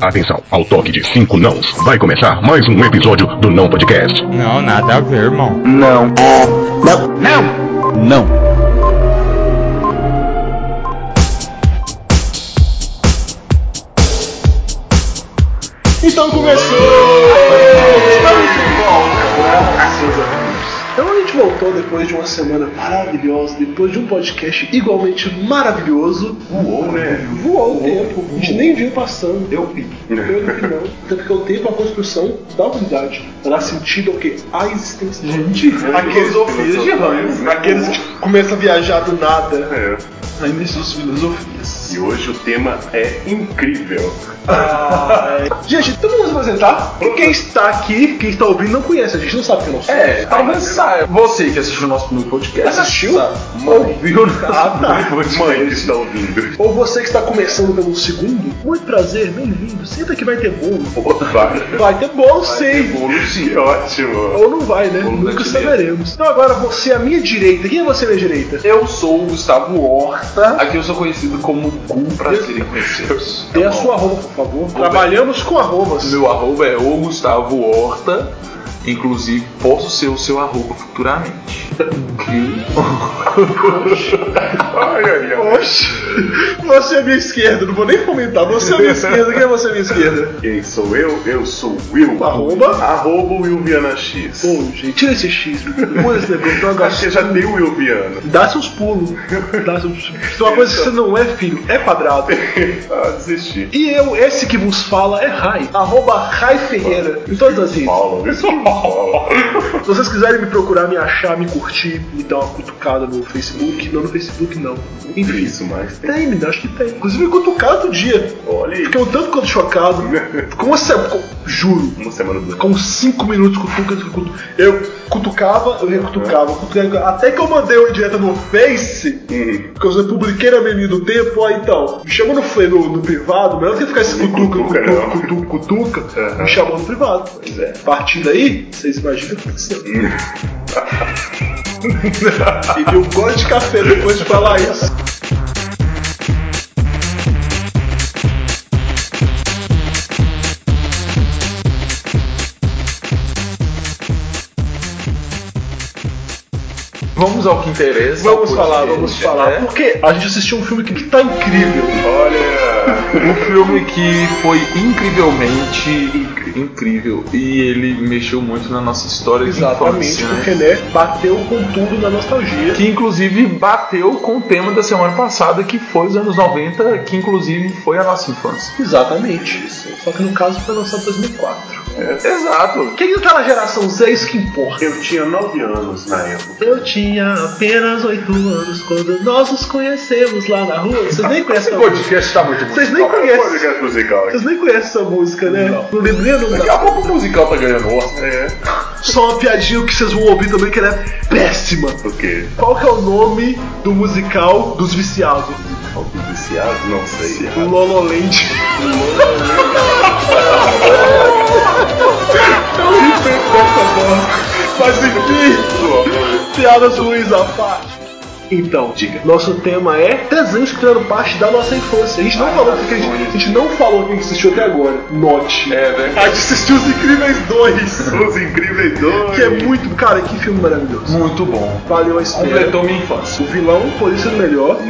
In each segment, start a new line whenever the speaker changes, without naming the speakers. Atenção, ao toque de cinco nãos, vai começar mais um episódio do Não Podcast.
Não, nada a ver, irmão.
Não. É. Não. Não. Não.
Então começou! Estamos de volta, graças a Deus. Então a gente voltou depois de uma semana maravilhosa, depois de um podcast igualmente maravilhoso.
Voou, né?
Voou o tempo, a gente nem viu passando.
Deu um pique.
Eu não vi não, até porque o tempo é uma construção da humanidade. Pra dar sentido ao que? A existência. Gente,
aqueles ouvidos de rãs, né?
Aqueles que começam a viajar do nada.
É.
Ainda em suas filosofias.
E hoje o tema é incrível.
Gente, então vamos apresentar. E quem está aqui, quem está ouvindo, não conhece. A gente não sabe quem nós somos.
É, talvez
tá, né?
saia. Você que assistiu o nosso primeiro podcast.
Assistiu?
sabe?
Tá, Ouviu né? Ah, tá. nada.
Mãe que está ouvindo.
Ou você que está começando pelo segundo, muito prazer, bem-vindo. Senta que vai ter bolo.
Opa,
Vai ter bolo, sei.
que ótimo.
Ou não vai, né?
Bolo
Nunca
da direita.
saberemos. Então agora você à minha direita. Quem é você à minha direita? Tá?
Eu sou o Gustavo Horta. Aqui eu sou conhecido como Gu, prazer em conhecê-los.
Dê a sua arroba, por favor.
tá Vou
Trabalhamos com arrobas.
Meu arroba é o Gustavo Horta. Inclusive, posso ser o seu arroba futuramente.
Olha aí, ó.
Oxe, você é minha esquerda, não vou nem comentar. Você é minha esquerda, quem é você à minha esquerda?
Quem sou eu? Eu sou Will.
Arroba.
Arroba Will Viana X.
Pô, gente, tira esse X, meu. põe esse negócio, dá uma
Acho
é
que já tem o Will Viana.
Então Dá seus pulos. Dá seus... Se uma coisa que você não é, filho, é quadrado.
ah, desisti.
E eu, esse que vos fala é Rai, arroba Rai Ferreira, em todas as redes.
Paulo, isso que Paulo.
Se vocês quiserem me procurar, me achar, me curtir, me dar uma cutucada no Facebook, não no Facebook não.
Enfim,
Enfim,
isso mais tem.
tem, menino, acho que tem. Inclusive me cutucaram outro dia.
Olha aí.
Fiquei um tanto quanto chocado. Com uma semana, juro,
Uma semana do
com cinco minutos cutucando, cutucando. Eu cutucava, eu recutucava, cutucava. Até que eu mandei uma direta no Face,
Hum.
Porque eu publiquei na meme do tempo, aí então, me chama no, fe- no, no privado, melhor do que ficar esse
Não
cutuca,
cutuca,
cutuca,
não.
cutuca, cutuca,
Aham.
me chamou no privado.
Pois é.
A partir daí, vocês imaginam o que aconteceu. E viu um gole de café depois de falar isso.
Vamos ao que interessa.
Vamos
ao
falar,
podcast,
vamos falar.
né?
É Porque a gente assistiu um filme que, que tá incrível.
Olha.
Um filme que foi incrivelmente incrível e ele mexeu muito na nossa história de
Exatamente,
infância. né?
porque né, bateu com tudo na nostalgia.
Que inclusive bateu com o tema da semana passada, que foi os anos 90, que inclusive foi a nossa infância.
Exatamente. Só que no caso foi lançado em 2004.
Exato.
Quem não tá na geração Z, isso que importa.
Eu tinha 9 anos na época.
Eu tinha apenas 8 anos quando nós nos conhecemos lá na rua. Vocês nem conhecem
Esse
essa música.
podcast tá muito
Vocês nem
musical.
conhecem.
é Podcast musical aqui.
Vocês nem conhecem essa música, né? Não, lembro nem o nome
Daqui a
da.
pouco o musical tá ganhando Oscar.
É.
Só uma piadinha que vocês vão ouvir também que ela é péssima.
O quê?
Qual que é o nome do musical dos viciados?
Algum viciado? Não sei.
Lololente. Eu ri bem com essa bola. Mas enfim, piadas ruins à parte. Então,
Diga.
Nosso tema é desenhos que fizeram parte da nossa infância. A gente não falou porque a gente, a gente não falou quem assistiu até agora. Note.
É, velho.
A gente assistiu Os Incríveis 2,
Os Incríveis dois.
que é muito. Cara, que filme maravilhoso.
Muito bom.
Valeu a espera.
Completou minha infância.
O vilão, por isso, é o melhor.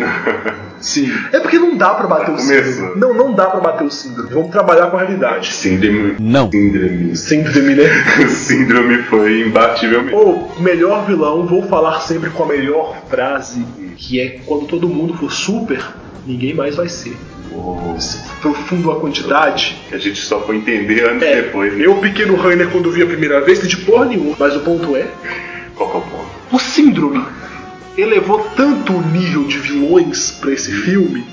Sim.
É porque não dá pra bater o
Começou.
síndrome. Não, não dá pra bater o síndrome. Vamos trabalhar com a realidade.
Síndrome.
Não.
Síndrome.
Síndrome, né?
Síndrome foi imbatível.
Ou melhor vilão, vou falar sempre com a melhor frase, que é quando todo mundo for super, ninguém mais vai ser. Profundo a quantidade.
Que a gente só foi entender anos
É,
depois. né?
eu pequeno Rainer quando vi a primeira vez, de porra nenhuma. Mas o ponto é,
Qual que é o ponto?
o síndrome elevou tanto o nível de vilões pra esse
É.
filme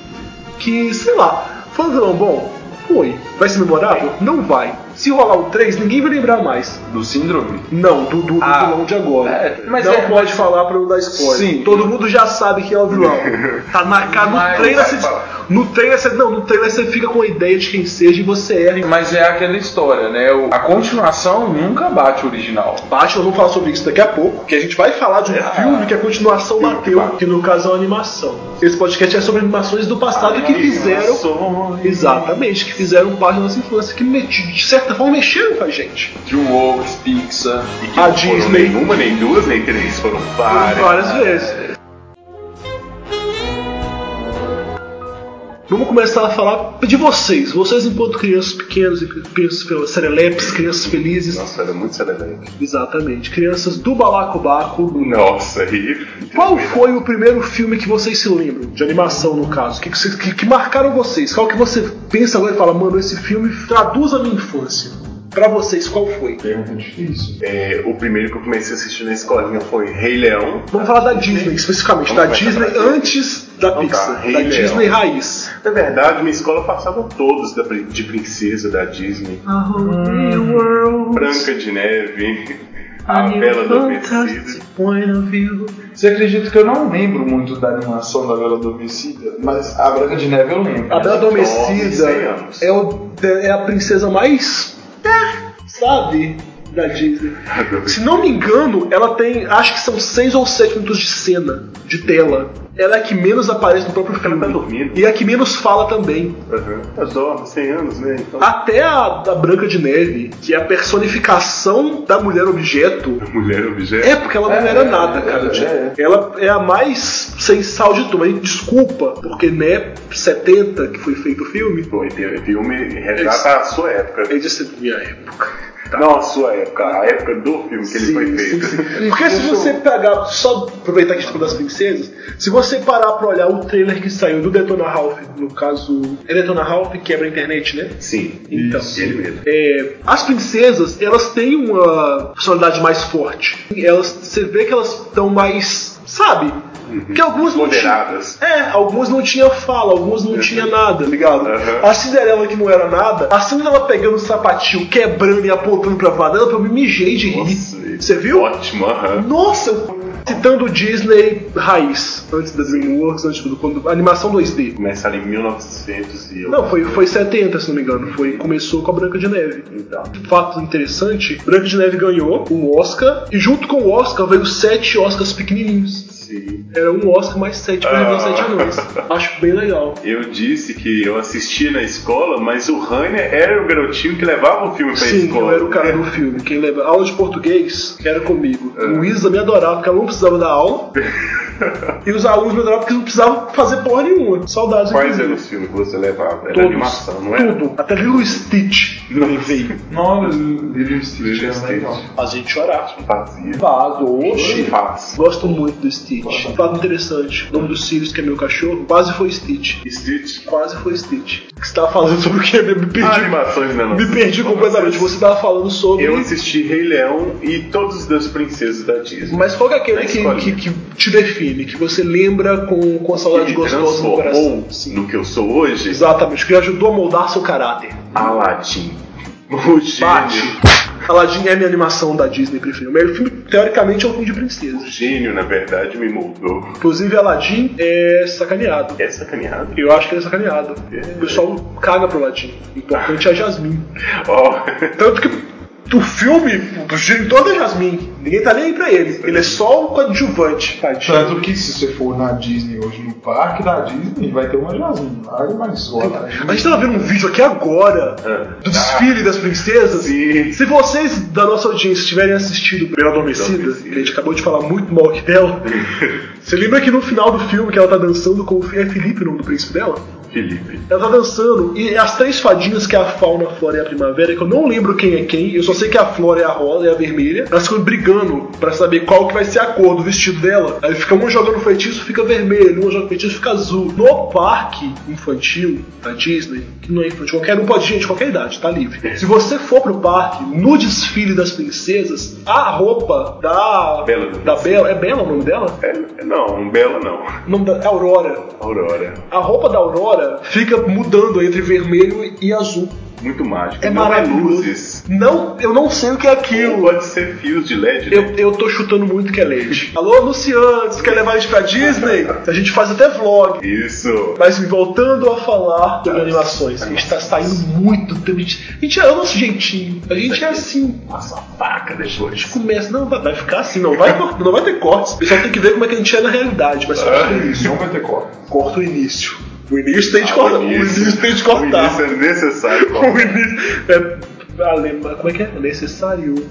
que, sei lá, foi um vilão bom? Foi. Vai ser memorável? Não vai. Se rolar o 3, ninguém vai lembrar mais.
Do síndrome?
Não, do, do, do
Ah.
vilão de agora.
É, mas
não
é-
pode falar pra não dar spoiler.
Sim.
Todo mundo já sabe quem é o vilão. Tá marcado
Mas
no trailer.
vai
Você,
falar.
no trailer você, não, no trailer você fica com a ideia de quem seja e você erra.
Mas é aquela história, né? O- A continuação nunca bate o original.
Bate, nós vamos falar sobre isso daqui a pouco, porque a gente vai falar de um
Ah.
filme que a continuação
Filme que
bateu,
bate.
que no caso é uma animação. Esse podcast é sobre animações do
Ah,
passado
é
que fizeram
um
Exatamente, que fizeram parte da nossa infância, que meti- de certa forma mexeram com a gente.
DreamWorks, Pixar.
E que né?
A
não foram
Disney.
Nenhuma, nem duas, nem três, foram várias.
Várias vezes. Vamos começar a falar de vocês, vocês enquanto crianças pequenas, crianças fel- serelepes, crianças felizes.
Nossa, era muito celebridade.
Exatamente, crianças do Balacobaco.
Nossa, é aí.
Qual foi o primeiro filme que vocês se lembram? De animação, no caso. Que, que, vocês- que- que marcaram vocês? Qual que você pensa agora e fala, mano, esse filme traduz a minha infância? Pra vocês, qual foi?
Pergunta difícil. É, o primeiro que eu comecei a assistir na escolinha foi Rei Leão.
Vamos falar da Disney, especificamente. Da
Vamos começar
Disney
pela Disney.
antes da
Então tá,
Pixar.
Rei
Da
Leão.
Disney raiz.
Na verdade, minha escola passava todos da prin- de princesa da Disney.
Ah,
Branca de Neve,
Ah,
A Bela Adormecida.
Você acredita que eu não lembro muito da animação da Bela Adormecida? Mas a Branca de Neve eu lembro.
A Bela Adormecida
Nove, cem anos.
é, o- é a princesa mais. Sabe? Da Disney.
Ah,
Se não me engano, ela tem. Acho que são seis ou sete minutos de cena, de tela. Ela é a que menos aparece no próprio
Ela
filme.
tá dormindo.
E é a que menos fala também.
Uhum. Eu dormo 100 anos, né? Então,
Até a da Branca de Neve, que é a personificação da mulher objeto,
mulher objeto.
É, porque ela não
É,
era
é,
nada, cara.
é,
Tipo,
é.
Ela é a mais sem sal de tudo. Aí, desculpa, porque né, 70 que foi feito o filme,
Foi, teve filme retrata a sua época. tá?
é de ser minha época.
Não a sua época, a época do filme que ele foi feito.
Porque se você pegar, só aproveitar que a gente falou das princesas, se você parar pra olhar o trailer que saiu do Detona Ralph, no caso, é Detona Ralph quebra a internet, né?
Sim,
Então.
ele mesmo.
É, as princesas, elas têm uma personalidade mais forte. Elas, você vê que elas estão mais, sabe?
Uhum.
Que algumas não tinham-
Moderadas.
É, algumas não tinha fala, algumas não tinha nada, tá ligado?
Uhum.
A Cinderela que não era nada, a cena dela pegando o sapatinho, quebrando e apontando pra varanda, eu me mijei de rir. Você viu?
Ótimo, aham.
Nossa! eu- Citando o Disney raiz, antes da DreamWorks, antes do quando, animação 2D.
Começaram em 1900 e eu.
Não, foi, foi 70, se não me engano. Foi, começou com a Branca de Neve.
Então.
Fato interessante, Branca de Neve ganhou um Oscar, e junto com o Oscar veio sete Oscars pequenininhos.
Sim.
Era um Oscar mais sete para
Ah.
ah. sete anões. Acho bem legal.
Eu disse que eu assistia na escola, mas o Rainer era o garotinho que levava o filme pra
Sim,
escola.
eu era o cara do filme. Quem leva aula de português era comigo.
É.
Luísa me adorava porque ela não precisava dar aula. e os alunos me adoravam porque não precisavam fazer porra nenhuma. Saudades
Quais
inclusive.
eram os filmes que você levava? Era
Todos.
animação, não era?
Tudo. Até Lilo Stitch
Não,
Nossa, Lilo Stitch
Lilo
era
Stitch.
legal.
faz a gente chorar.
fazia.
Vaso, oxe.
Faz.
Gosto muito do Stitch. Fato interessante. O nome do Sirius, que é meu cachorro, quase foi Stitch.
Stitch.
Quase foi Stitch. O que você tava falando sobre o que? Me perdi,
Animações na nossa
Ah, me perdi
infância.
completamente. Você tava falando sobre.
Eu assisti Rei Leão e todos os das princesas da Disney.
Mas qual que é aquele
Na
que,
escolinha.
que, que te define, que você lembra com, com
que
saudade
me
gostosa no coração?
transformou no que eu sou hoje?
Exatamente, que ajudou a moldar seu caráter.
Aladdin. O gênio.
Bate. Aladdin é minha animação da Disney preferida. O melhor filme, teoricamente, é o filme de
O
princesa.
gênio, na verdade, me moldou.
Inclusive, Aladdin é sacaneado.
É sacaneado.
Eu acho que ele é sacaneado.
É.
O pessoal caga pro Aladdin. O importante é a Jasmine.
Ó,
Tanto que o filme, o diretor da Jasmine, ninguém tá nem aí pra ele. Ele é só um coadjuvante.
Tanto que se você for na Disney hoje, no parque da Disney, vai ter uma jasmine lá e mais outra.
A gente tava vendo um vídeo aqui agora
Ah.
do desfile das princesas.
Sim.
Se vocês da nossa audiência tiverem assistido Bela Adormecida,
Adormecida.
que a gente acabou de falar muito mal aqui dela, você lembra que no final do filme que ela tá dançando com o Fi- é Felipe, o nome do príncipe dela?
Felipe.
Ela tá dançando e as três fadinhas que é a fauna, a flora e a primavera, que eu não lembro quem é quem, eu só sei que a flora é a rosa e a vermelha, elas ficam brigando pra saber qual que vai ser a cor do vestido dela. Aí fica uma jogando feitiço, fica vermelho, uma jogando feitiço, fica azul. No parque infantil da Disney, que não é infantil, qualquer um pode ir de qualquer idade, tá livre. Se você for pro parque, no desfile das princesas, a roupa da
Bela.
da Bela, é Bela o nome dela?
É, não, Bela não.
O nome da é Aurora.
Aurora.
A roupa da Aurora hora fica mudando entre vermelho e azul.
Muito mágico.
É
Não
maravilhoso.
luzes.
Não, eu não sei o que é
Ou
aquilo.
Pode ser fios de LED, né?
Eu, eu tô chutando muito que é leite. Alô, Luciano, você quer levar a gente pra Disney? A gente faz até vlog.
Isso.
Mas voltando a falar sobre animações, a gente tá saindo muito do tempo. A gente, a gente é o nosso jeitinho. A gente é assim.
Passa a faca depois.
Começa, não, vai- vai ficar assim, não vai, não vai ter cortes. O pessoal tem que ver como é que a gente é na realidade. Mas corta o início.
É Não vai ter corte.
Corta o início. O início tem de
Ah,
cortar.
o
O
início.
início tem de
O
cortar.
início é necessário.
O início é. ale- Como é que é? Necessário.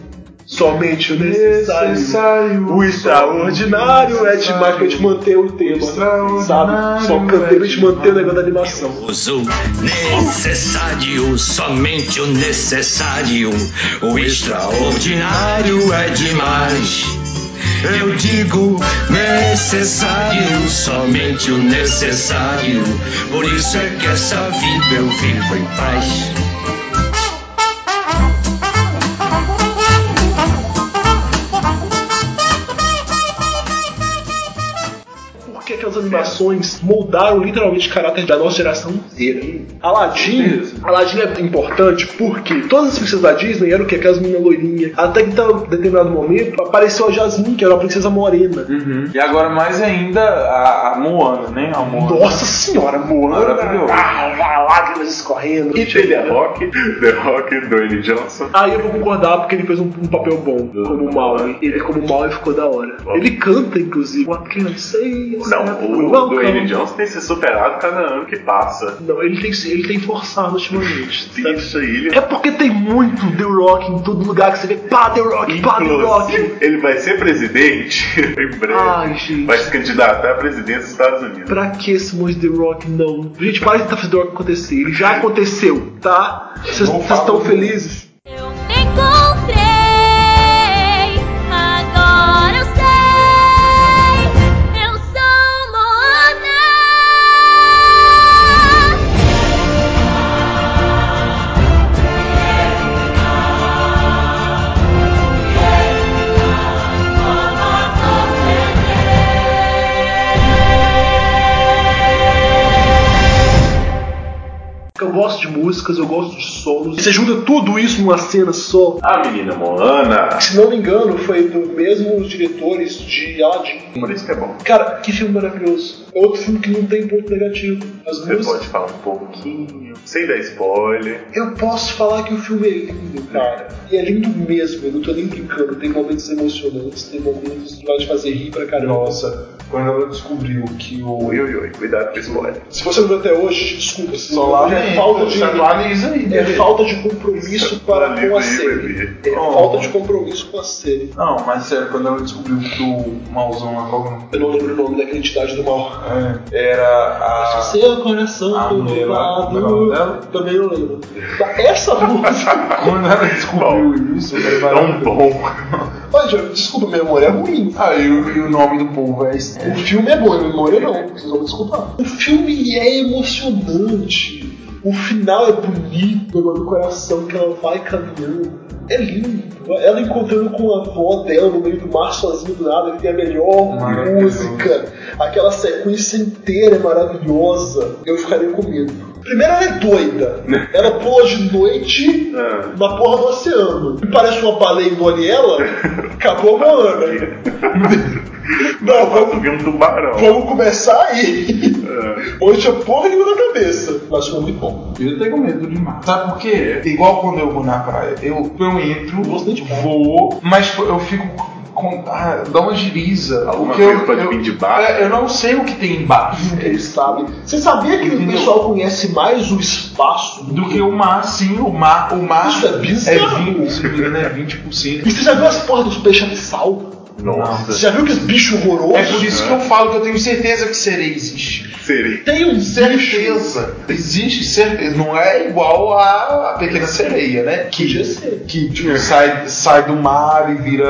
Somente o necessário.
Necessário.
O extraordinário é de marca de manter o tema.
Extraordinário
Sabe? Só
é
cantando de
de
manter o negócio da animação.
Uso necessário, somente o necessário. O extraordinário é demais. Eu digo necessário, somente o necessário. Por isso é que essa vida eu vivo em paz.
Por que aquelas animações moldaram literalmente o caráter da nossa geração inteira? Aladdin, Aladdin é importante porque todas as princesas da Disney eram o que? Aquelas meninas loirinhas. Até que em determinado momento apareceu a Jasmine, que era uma princesa morena.
E agora mais ainda a, a Moana, né? A Moana.
Nossa senhora, Moana!
Maravilhoso.
Ah, lá, lágrimas escorrendo.
E tem é The Rock, The Rock, Dwayne Johnson.
Aí eu vou concordar porque ele fez um, um papel bom como Maui. Ele como Maui ficou da hora. Ele canta, inclusive. What can I say?
Não, o, o
Welcome.
Dwayne Johnson tem se superado cada ano que passa.
Não, ele tem, ele tem forçado ultimamente. sabe?
Isso aí, ele
É porque tem muito The Rock em todo lugar que você vê. Pá, The Rock, pá, The Rock.
Inclusive, ele vai ser presidente em breve.
Ai, gente.
Vai se candidatar à presidência dos Estados Unidos.
Pra que esse monte de The Rock não? Gente, para de tentar fazer The Rock acontecer. Ele já aconteceu, tá? Vocês
Não
vocês
fala
estão
do-
felizes?
Eu encontrei, agora eu sei, eu sou Moana.
Eu gosto de músicas, eu gosto de solos. Você junta tudo isso numa cena só.
A menina Moana.
Se não me engano, foi do mesmo os diretores de Aladdin.
Por isso que é bom.
Cara, que filme maravilhoso. É outro filme que não tem ponto negativo. As
Você
músicas.
pode falar um pouquinho, sem dar spoiler.
Eu posso falar que o filme é lindo, cara. E é lindo mesmo, eu não tô nem brincando. Tem momentos emocionantes, tem momentos que vai te fazer rir pra caramba.
Nossa, quando ela descobriu que o.
Oi, oi, oi, cuidado com spoiler.
Se você não viu até hoje, desculpa, se
Só
não viu hoje, é falta de.
Tá
analisa aí,
É
bebê.
falta de compromisso para
Analisa
com a
aí,
série.
bebê.
É
Oh.
falta de compromisso com a série.
Não, mas sério, quando ela descobriu que o mauzão lá qual que é o nome?
Eu não lembro o nome daquela entidade do mal.
era a.
Seu coração
Ah, a mulher lá, como é o nome dela?
turbado. Também não lembro. Essa música.
Quando ela descobriu isso, foi
Tão
maravilhoso.
bom.
Olha, desculpa, minha memória é ruim.
Ah, e o, e o nome do povo é esse.
O filme é bom, a memória não, vocês vão me desculpar. O filme é emocionante. O final é bonito, mano, do coração que ela vai caminhando. É lindo. Ela encontrando com a avó dela no meio do mar sozinha do nada, que tem a melhor
Maravilhoso.
música. Aquela sequência inteira é maravilhosa. Eu ficaria com medo. Primeiro ela é doida. Ela pula de noite
Ah,
na porra do oceano. Me parece uma baleia engole ela, acabou a Moana. Não,
Nós
vamos
subimos um tubarão.
Vamos começar aí.
Ah,
Hoje é porra nenhuma na cabeça. Mas foi muito bom.
Eu tenho medo de mar. Sabe por quê? É Igual quando eu vou na praia. Eu, eu entro,
Gosto nem de praia.
vou, mas eu fico com. Ah, dá uma giriza.
Alguma
O que eu-
coisa pode
eu-
vir de baixo.
É, eu não sei o que tem embaixo.
Ele sabe. Você sabia que o
Entendeu?
pessoal conhece mais o espaço
Do que o mar, sim, o mar. O mar
Isso é bizarro.
20, se não me engano, é 20%.
E você já viu as porras dos peixes de sal? Você
Nossa,
já viu que os bichos horrorosos?
É por isso que eu falo que eu tenho certeza que sereia existe.
Ah, seria.
Tem um bicho.
Certeza. Existe certeza. Não é igual a, a pequena sereia, né?
Podia ser.
que tipo, sai, sai do mar e vira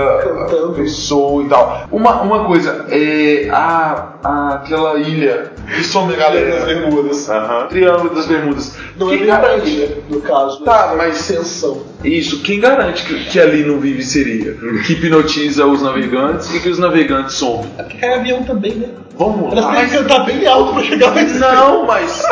Cantando.
pessoa e tal. Uma, uma coisa, é a, a- aquela ilha de Som da Galera,
Bermudas.
Aham.
Triângulo das Bermudas.
Não
Quem
é
garante?
garantia, no caso. né?
Tá, mas-
Ascensão.
Isso, quem garante que, que ali não vive seria? Que hipnotiza os navegantes e que os navegantes somem.
É avião também, né?
Vamos
Elas
lá.
têm que cantar bem alto pra chegar mais
Não, mas.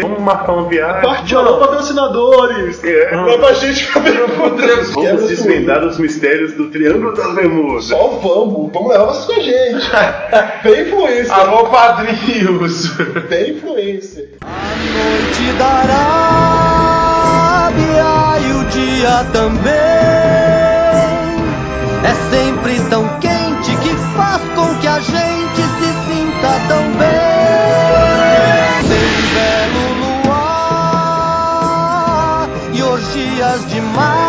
Vamos marcar uma viagem.
Parte alô, patrocinadores!
É.
Não é pra gente fazer um
Vamos desvendar os mistérios do Triângulo das Bermudas.
Só vamos, vamos levar vocês com a gente. Tem influência,
Alô, padrinhos!
tem influência.
Noite da Arábia e o dia também. É sempre tão quente que faz com que a gente se sinta tão bem. Tem belo luar e orgias demais.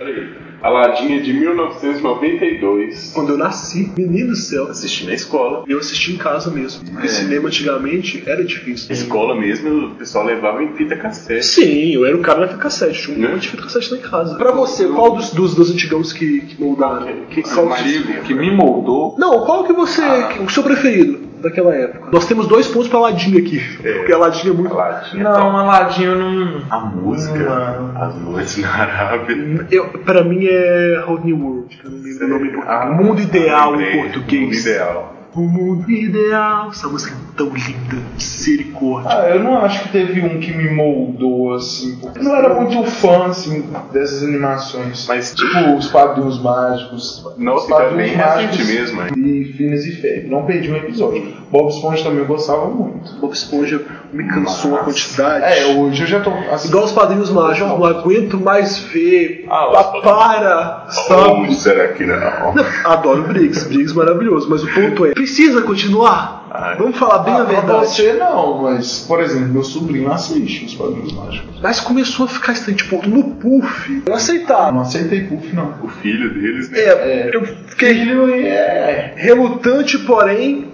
Aladinha de 1992.
Quando eu nasci, menino do céu,
Assisti na escola.
eu assisti em casa mesmo. Porque cinema antigamente era difícil.
Escola mesmo, o pessoal levava em fita cassete.
Sim, eu era o cara da fita cassete, tinha um
É.
monte de fita cassete lá em casa. Pra você, qual dos, dos, dos antigãos que, que moldaram?
Que
Qual que-
marido
que me moldou.
Não, qual que você. que- o seu preferido daquela época? Nós temos dois pontos pra Ladinha aqui. Porque a Ladinha é muito.
Aladinha.
Não, Aladinho não.
Ah, A música, As Noites na Arábia.
Eu, pra mim é Whole New World, que eu não lembro o nome em português.
Ah,
Mundo Ideal
lembrei.
em português.
Mundo Ideal.
O Mundo Ideal. Essa música é tão linda. Misericórdia.
Ah, eu não acho que teve um que me moldou assim. porque Eu não era muito fã assim, dessas animações.
Mas,
tipo, os Padrinhos Mágicos. os
Nossa, tá
Padrinhos
bem recente mesmo. hein?
E Finas e Ferb. Não perdi um episódio. Bob Esponja também eu gostava muito.
Bob Esponja me cansou a
Nossa.
quantidade.
É, hoje eu já tô assim.
Igual os padrinhos mágicos, não aguento mais ver.
Ah,
Pa-
os-
para, sabe?
Ou será que não?
Adoro o Briggs, Briggs maravilhoso, mas o ponto é, precisa continuar?
Ah,
Vamos falar bem
Ah,
a
pra
verdade.
você não, mas, por exemplo, meu sobrinho assiste os Padrinhos Mágicos.
Mas começou a ficar estranho, tipo, no puff, eu
Ah,
aceitava.
não aceitei puff, não.
O filho deles, né?
É, eu fiquei
Filho é.
relutante, porém,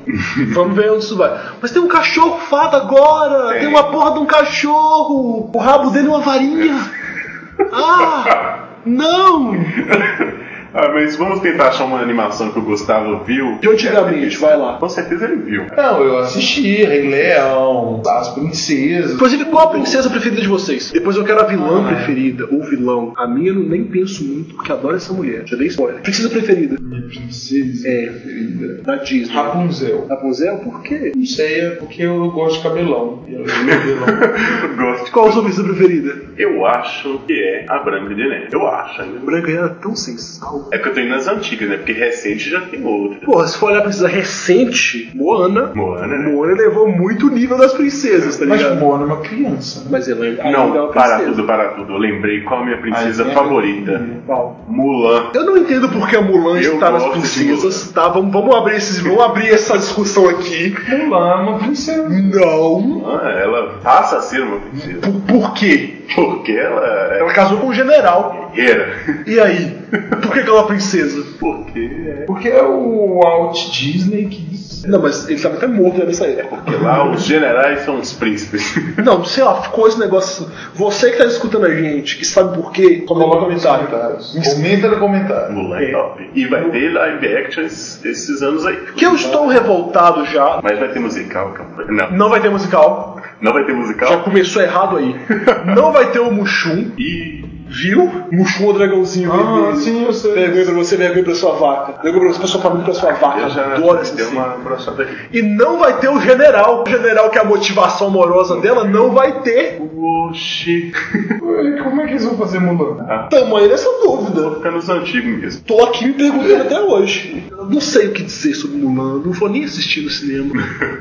vamos ver onde isso vai. Mas tem um cachorro fado agora,
Tem.
tem uma porra de um cachorro, o rabo dele é uma varinha. Ah, não!
Ah, mas vamos tentar achar uma animação que o Gustavo viu.
De antigamente, vai lá.
Com certeza ele viu. É
Não, eu assisti Rei Leão, As Princesas.
Inclusive, qual a princesa preferida de vocês? Depois eu quero a
Ah,
vilã
é.
preferida, ou vilão. A minha eu nem penso muito, porque adoro essa mulher. Já dei spoiler. Princesa preferida.
Minha princesa
É.
preferida.
Da Disney.
Rapunzel.
Rapunzel, por quê?
Não sei, é porque eu gosto de cabelão. E eu gosto de cabelão.
Eu gosto.
Qual a sua princesa preferida?
Eu acho que é a Branca de Neve. Eu acho. né?
Branca ela é tão sensual.
É que eu tô indo nas antigas, né? Porque recente já tem outra.
Porra, se for olhar a princesa recente, Moana.
Moana, né?
Moana elevou muito o nível das princesas, tá
Mas
ligado?
Moana é uma criança. né?
Mas ela ainda é
Não,
uma
para
princesa.
tudo, para tudo. Eu lembrei qual a minha princesa
Aí é-
favorita.
Qual?
Mulan.
Eu não entendo porque a Mulan
Eu
está nas
gosto de
princesas, tá? Vamos, vamos abrir esses, vamos abrir essa discussão aqui.
Mulan é uma princesa.
Não.
Ah, ela passa a ser uma princesa.
Por, por quê?
Porque ela é
Ela casou com um general.
guerreira.
E aí? Por que, que ela é uma princesa?
Porque é.
Porque o Walt Disney quis.
Não, mas ele tava até morto né, nessa época.
Porque lá os generais são os príncipes.
Não, sei lá, ficou esse negócio. Você que tá escutando a gente e sabe por quê, coloca no comentário.
tá?
comentários. Comenta no comentário.
Mulan é top. E vai ter live action esses esses anos aí.
Que eu estou revoltado já.
Mas vai ter musical, campanha. Não,
Não vai ter musical.
não vai ter
Já
musical.
começou errado aí. Não vai ter o Mushum,
E
viu? Mushum é o dragãozinho.
Ah,
vermelho.
sim, eu sei.
Vergonha pra você, vergonha pra sua vaca. Vergonha pra você, pra sua família, pra sua vaca.
eu já
Adoro essa
dei
cena.
uma brochada aqui.
E não vai ter o general. O general que é a motivação amorosa dela não vai ter.
Oxi.
Ué, Como é que eles vão fazer Mulan?
Tamanho dessa dúvida.
Fica nos antigos mesmo.
Tô aqui me perguntando até hoje. Eu não sei o que dizer sobre Mulan. Não vou nem assistir no cinema.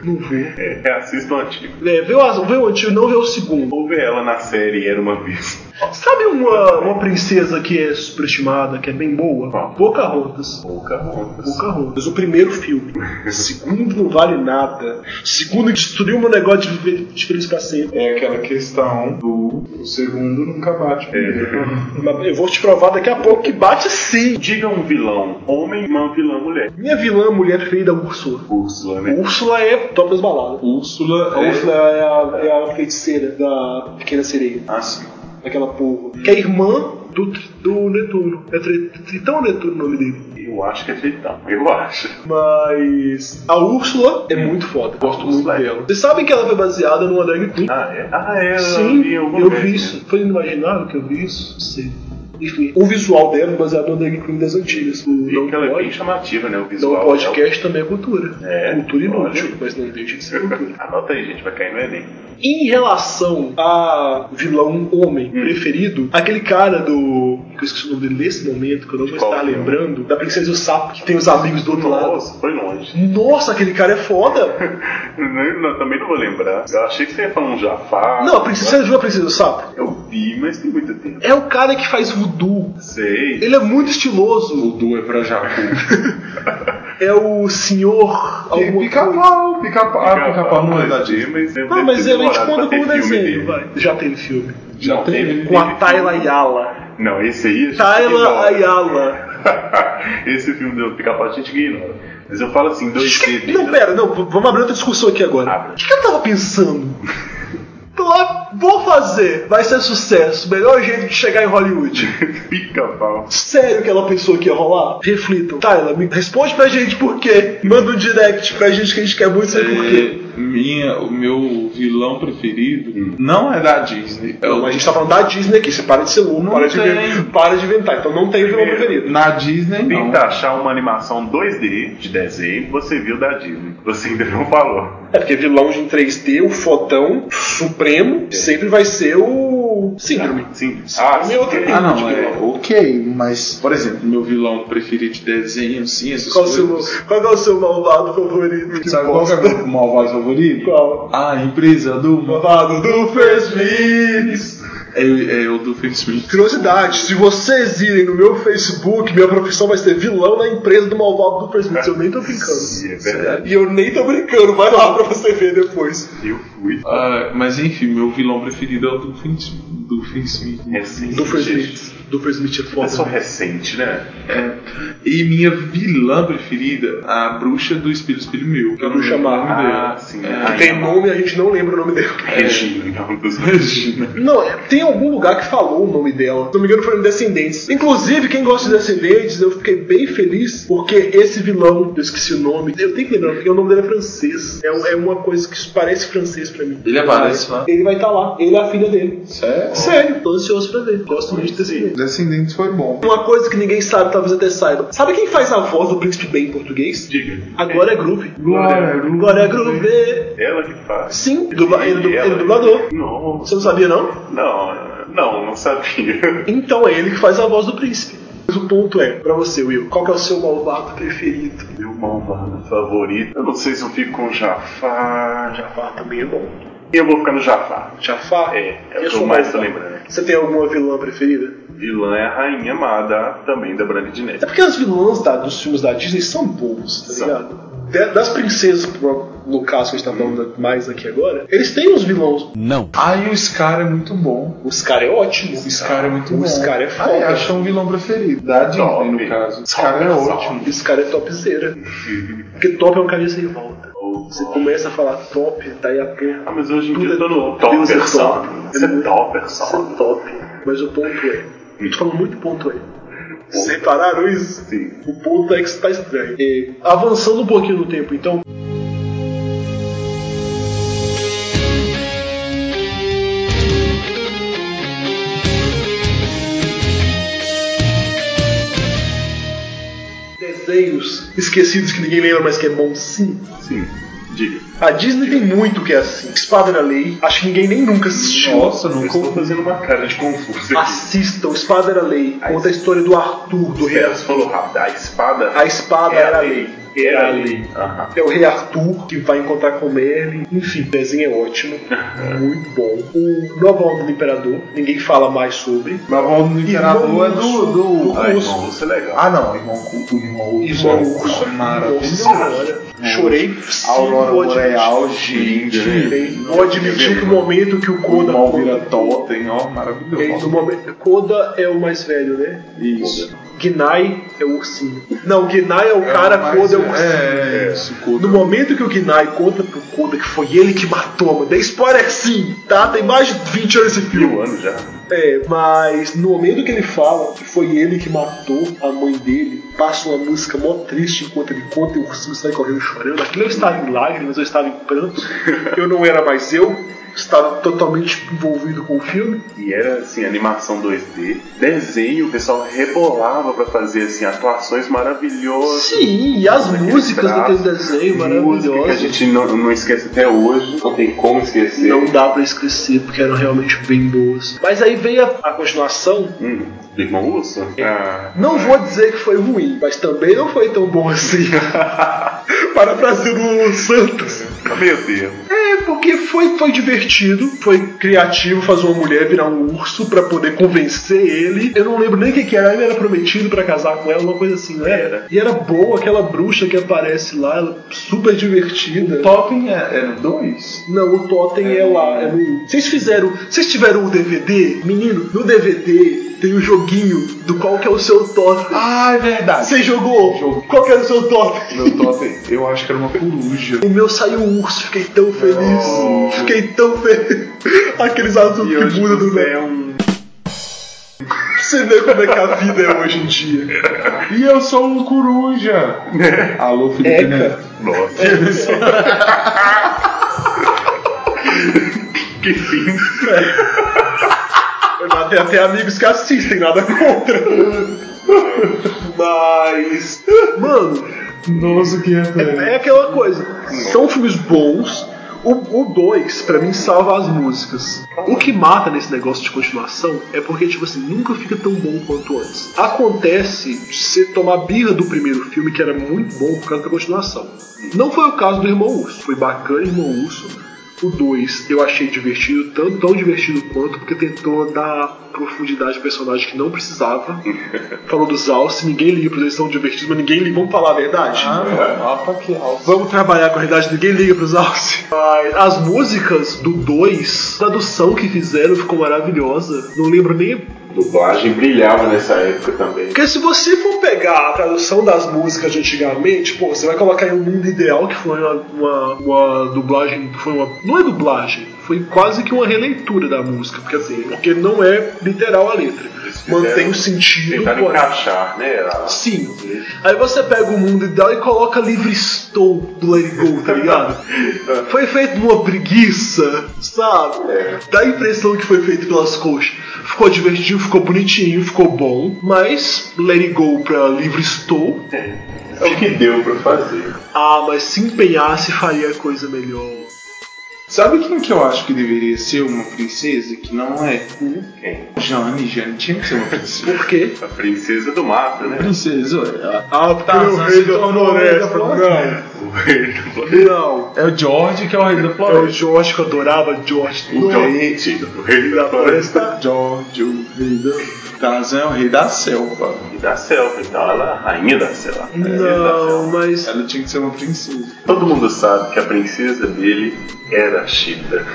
Não vou. É,
É, assista o antigo.
vê, o, vê o antigo e não vê o segundo.
Ou ver ela na série Era Uma Vez.
Sabe uma, uma princesa que é superestimada, que é bem boa?
Qual?
Pocahontas.
Pouca roupa.
Pocahontas, o primeiro filme. Segundo não vale nada. Segundo destruiu meu negócio de viver de feliz pra sempre.
É aquela questão do o segundo nunca bate. É.
Mas Eu vou te provar daqui a pouco que bate sim.
Diga um vilão homem e uma vilã mulher.
Minha vilã mulher preferida é a Úrsula.
Úrsula, né?
Úrsula é top das baladas. Úrsula,
é-
é, a, é a feiticeira da Pequena Sereia.
Ah, sim.
Daquela porra. Que é irmã do, do Netuno. É Tri- Tritão ou Netuno o nome dele?
Eu Eu acho que é feitão. Eu acho.
Mas a Úrsula é muito foda. Gosto muito
Úrsula é.
dela. Vocês sabem que ela foi baseada numa drag queen.
Ah, é? Ah, é.
Sim,
vi em algum
eu
lugar assim.
vi isso. Foi inimaginável que eu vi isso? Não sei. Enfim, o visual dela é baseado no drag queen das antigas. O
E
Não
aquela é bem
Pode,
chamativa, né? O
não
visual.
podcast também é cultura.
É,
cultura inútil,
lógico.
mas não deixa de ser cultura.
Anota aí, gente, vai cair no Enem.
Em relação a vilão homem
Hum.
preferido, aquele cara do. que eu esqueci o nome dele nesse momento, que eu não vou
Qual
estar
que é?
lembrando, da Princesa e o Sapo, que tem os amigos do outro lado.
Nossa, foi longe.
Nossa, aquele cara é foda!
Eu não- também não vou lembrar. Eu achei que você ia falar um Jafar.
Não, a princesa, você viu a Princesa e o Sapo?
Eu vi, mas tem muito tempo.
É o cara que faz voodoo.
Sei.
Ele é muito estiloso.
Voodoo é pra Jacu.
É o senhor.
E
alguma coisa.
pica-pau, pica-pau. Ah, pica-pau não é da Disney.
mas eu
Ah,
devo
mas
ter
ele a gente
demorado
conta
pra ter
como
filme
desenho.
dele.
Vai. Já teve filme.
Já
Não,
teve?
teve
Com a
filme.
Tayla Ayala.
Não, esse aí a gente
Tayla
ignora.
Ayala.
Esse filme do Pica-Pau a gente ignora. Mas eu falo assim, 2D dele.
Não, pera, não, v- vamos abrir outra discussão aqui agora.
Abre.
O que, que eu tava pensando? Tô lá, vou fazer, vai ser sucesso, melhor jeito de chegar em Hollywood.
Pica-Pau.
Sério que ela pensou que ia rolar? Reflitam. Tayla, me responde pra gente por quê. Manda um direct pra gente que a gente quer muito saber por quê.
É, minha, o meu vilão preferido não é da Disney. É
Não,
o-
mas a gente tá falando da Disney aqui, você para de ser louco,
Não
para de,
tem.
para de inventar. Então não tem vilão
Primeiro.
preferido.
Na Disney, não.
Tenta achar uma animação 2D de desenho que você viu da Disney. Você ainda não falou.
É porque vilão em 3D, o fodão supremo, sempre vai ser o Síndrome.
Sim.
Ah, meu Deus.
Ah, não, é ok, mas, por exemplo, meu vilão preferido de desenho, assim, essas
Qual, o seu,
coisas.
qual é o seu malvado favorito? Que
Sabe qual que é
bosta.
meu malvado favorito?
Qual?
A empresa do mundo.
Malvado do Fez
É, é o do Fix Me.
Curiosidade, se vocês irem no meu Facebook, minha profissão vai ser vilão na empresa do malvado do Fez Eu nem tô brincando.
Sim, é verdade.
E eu nem tô brincando, vai lá pra você ver depois.
Eu fui.
Ah, mas enfim, meu vilão preferido é o do Fix do Fix Me.
Recente.
Do Smith. Do Smith é
É só
foda.
recente, né?
É. E minha vilã preferida, a bruxa do Espelho Espelho Meu. Eu não
Bruxa
lembro o
Má.
nome dela.
Ah, sim.
É.
Ah,
Tem nome e a gente não lembra o nome dele.
Regina, não, dos
Regina.
Não, é- tem algum lugar que falou o nome dela. Se não me engano, foi no Descendentes. Inclusive, quem gosta de Descendentes, eu fiquei bem feliz porque esse vilão, eu esqueci o nome, eu tenho que lembrar, porque o nome dele é francês. É, um- é uma coisa que parece francês pra mim.
Ele aparece lá?
Ele vai estar lá, ele é a filha dele.
Sério?
Sério, tô ansioso pra ver. Gosto muito de Descendentes.
Descendentes foi bom.
Uma coisa que ninguém sabe, talvez até saiba. Sabe quem faz a voz do Príncipe Ben em português?
Diga.
Agora é Groove.
Glória,
Agora é Groove.
Ela que faz.
Sim, dubla- ele, ele, ele é dublador.
Nossa.
Você não sabia, não?
Não, não, não sabia.
Então é ele que faz a voz do príncipe. Mas o ponto é, pra você, Will, qual que é o seu malvado preferido?
Meu malvado favorito. Eu não sei se eu fico com Jafar. Jafar.
Jafar também é bom.
Eu vou ficar no Jafar.
Jafar?
É, é o
E
que
a sua
eu mais tô
malvada?
lembrando.
né? Você tem alguma vilã preferida?
Vilã é a rainha amada também da Branca de Neve.
É porque as vilãs da- dos filmes da Disney são boas, tá
São.
ligado? De- das princesas, pro- no caso que a gente tá falando mais aqui agora, eles têm uns vilões.
Ai, o Scar é muito bom.
O Scar é ótimo.
O Scar é muito
o
bom.
Scar é foda.
Ah, eu acho um vilão preferido. Da Disney,
Top.
no caso. O Scar é
Top.
ótimo.
Esse cara é topzera. Porque top é um caminho sem volta.
Oh,
Você começa a falar top, daí a porra.
Ah, mas hoje em dia
Tudo
eu tô no
é top. Deus é
topper só.
top.
Você é topper
Isso
só.
é top. Mas o ponto é. Eu tô falando muito ponto aí. Vocês repararam isso?
Sim.
O ponto é que isso tá estranho. E, avançando um pouquinho no tempo, então. Desenhos esquecidos que ninguém lembra, mas que é bom sim.
Sim. Diga.
A Disney tem muito que é assim. Espada na Lei, acho que ninguém nem nunca assistiu.
Nossa,
Eu
não
estou
confuso.
fazendo uma cara de confuso aqui.
um Assistam, Espada era Lei,
A
conta a história do Arthur, do rei
Espera, você
Arthur.
falou rápido. A espada.
é. A espada
É a
era
lei.
lei.
Era a lei. Aham.
É o rei Arthur que vai encontrar com Merlin. Enfim, o desenho é ótimo, muito bom. O Nova Onda do Imperador, ninguém fala mais sobre.
Mas o Valdo do Imperador é do. do...
Ah, irmão, isso é legal.
Ah, não. Irmão, o irmão Urso.
Irmão Urso.
é maravilhoso. É.
Nossa senhora, chorei. sim,
Aurora
vou admitir.
Boreal, gente.
Sim, Vou admitir que o momento que o
O
Koda.
irmão vira totem, ó.
Ele,
Maravilhoso.
no momento, Koda é o mais velho, né?
Isso.
Gnai é o ursinho. Não, Gnai é o
É,
cara,
mas
Koda é o
é-
ursinho.
é, isso, Koda.
No momento que o Gnai conta pro é Koda que foi ele que matou, mano, dei spoiler sim, tá? Tem mais de 20 anos esse
Mil
filme.
anos um já.
É, mas no momento que ele fala que foi ele que matou a mãe dele, passa uma música mó triste enquanto ele conta e o ursinho sai correndo chorando. Aquilo é eu estava em lágrimas, eu estava em pranto. Eu não era mais eu, estava totalmente envolvido com o filme.
E era assim, animação 2D, desenho, o pessoal rebolava pra fazer assim, atuações maravilhosas.
Sim, e as
Aquele
músicas
traço,
daquele desenho
música que a
maravilhosas.
gente não, não esquece até hoje, não tem como esquecer.
Não dá pra esquecer, porque eram realmente bem boas. Mas aí veio a- a continuação,
Hum, do irmão Urso?
É.
Ah,
Não vou dizer que foi ruim, mas também não foi tão bom assim. Parafraseando o Santos.
Ah, meu Deus.
É, porque foi, foi divertido, foi criativo fazer uma mulher virar um urso pra poder convencer ele. Eu não lembro nem o que, que era, ele era prometido pra casar com ela, uma coisa assim, não era?
Era.
E era boa aquela bruxa que aparece lá, ela super divertida.
Totem é, é no 2?
Não, o Totem é, lá. é no- Vocês fizeram. Vocês tiveram o DVD? Menino, no DVD tem o joguinho do qual que é o seu Totem.
Ah, é verdade.
Você jogou?
Joguei.
Qual que era o seu totem?
Meu Totem, eu acho que era uma coruja.
O meu saiu um urso, fiquei tão feliz.
Oh.
Fiquei tão feliz. Aqueles adultos
E
que
hoje
mudam do
você
meu.
é um...
Você vê como é que a vida é hoje em dia.
E eu sou um coruja. Alô, Felipe
Eca.
Neto.
Nossa. que fim.
Eu já tenho até amigos que assistem, nada contra. Mas. Mano,
Nossa, que é,
é aquela coisa. São filmes bons. O 2, pra mim, salva as músicas. O que mata nesse negócio de continuação é porque, tipo assim, nunca fica tão bom quanto antes. Acontece de você tomar birra do primeiro filme, que era muito bom por causa da continuação. Não foi o caso do Irmão Urso. Foi bacana Irmão Urso. O 2 eu achei divertido, tanto tão divertido quanto, porque tentou dar profundidade ao personagem que não precisava. Falou dos Alce, ninguém liga pra eles são divertidos, mas ninguém liga. Vamos falar a verdade?
Opa, que alça.
Vamos trabalhar com a realidade, ninguém liga pros Alce. Mas As músicas do 2, a tradução que fizeram ficou maravilhosa. Não lembro nem.
Dublagem brilhava nessa época também.
Porque se você for pegar a tradução das músicas de antigamente, pô, você vai colocar em um mundo ideal que foi uma, uma, uma dublagem. Foi uma. Não é dublagem, foi quase que uma releitura da música, porque assim, porque não é literal a letra.
fizeram-
Mantém o sentido.
Tentaram
porém-
encaixar, né? a-
Sim. Aí você pega o mundo ideal e coloca livre estou do Let It Go, tá ligado? Foi feito numa preguiça, sabe? Dá a impressão que foi feito pelas coxas. Ficou divertido, ficou bonitinho, ficou bom, mas Let It Go pra livre estou.
É o que deu pra fazer.
Ah, mas se empenhasse faria a coisa melhor.
Sabe quem que eu acho que deveria ser uma princesa que não é?
Quem?
Jane, Jane tinha que ser uma princesa.
Por quê?
A princesa do mato, né?
princesa, ué.
Ah, porque
Tarzan
o rei
se
da
tornou o rei da floresta.
floresta.
O rei do planeta.
Não.
É o George que é o rei da
Não. É o
floresta.
George que eu adorava, George.
O Gente, o rei da floresta
tá
George, o rei da... Tarzan é o rei da selva.
e da selva, então ela é a rainha da selva.
Não, mas
Ela tinha que ser uma princesa.
Todo mundo sabe que a princesa dele era a Chita.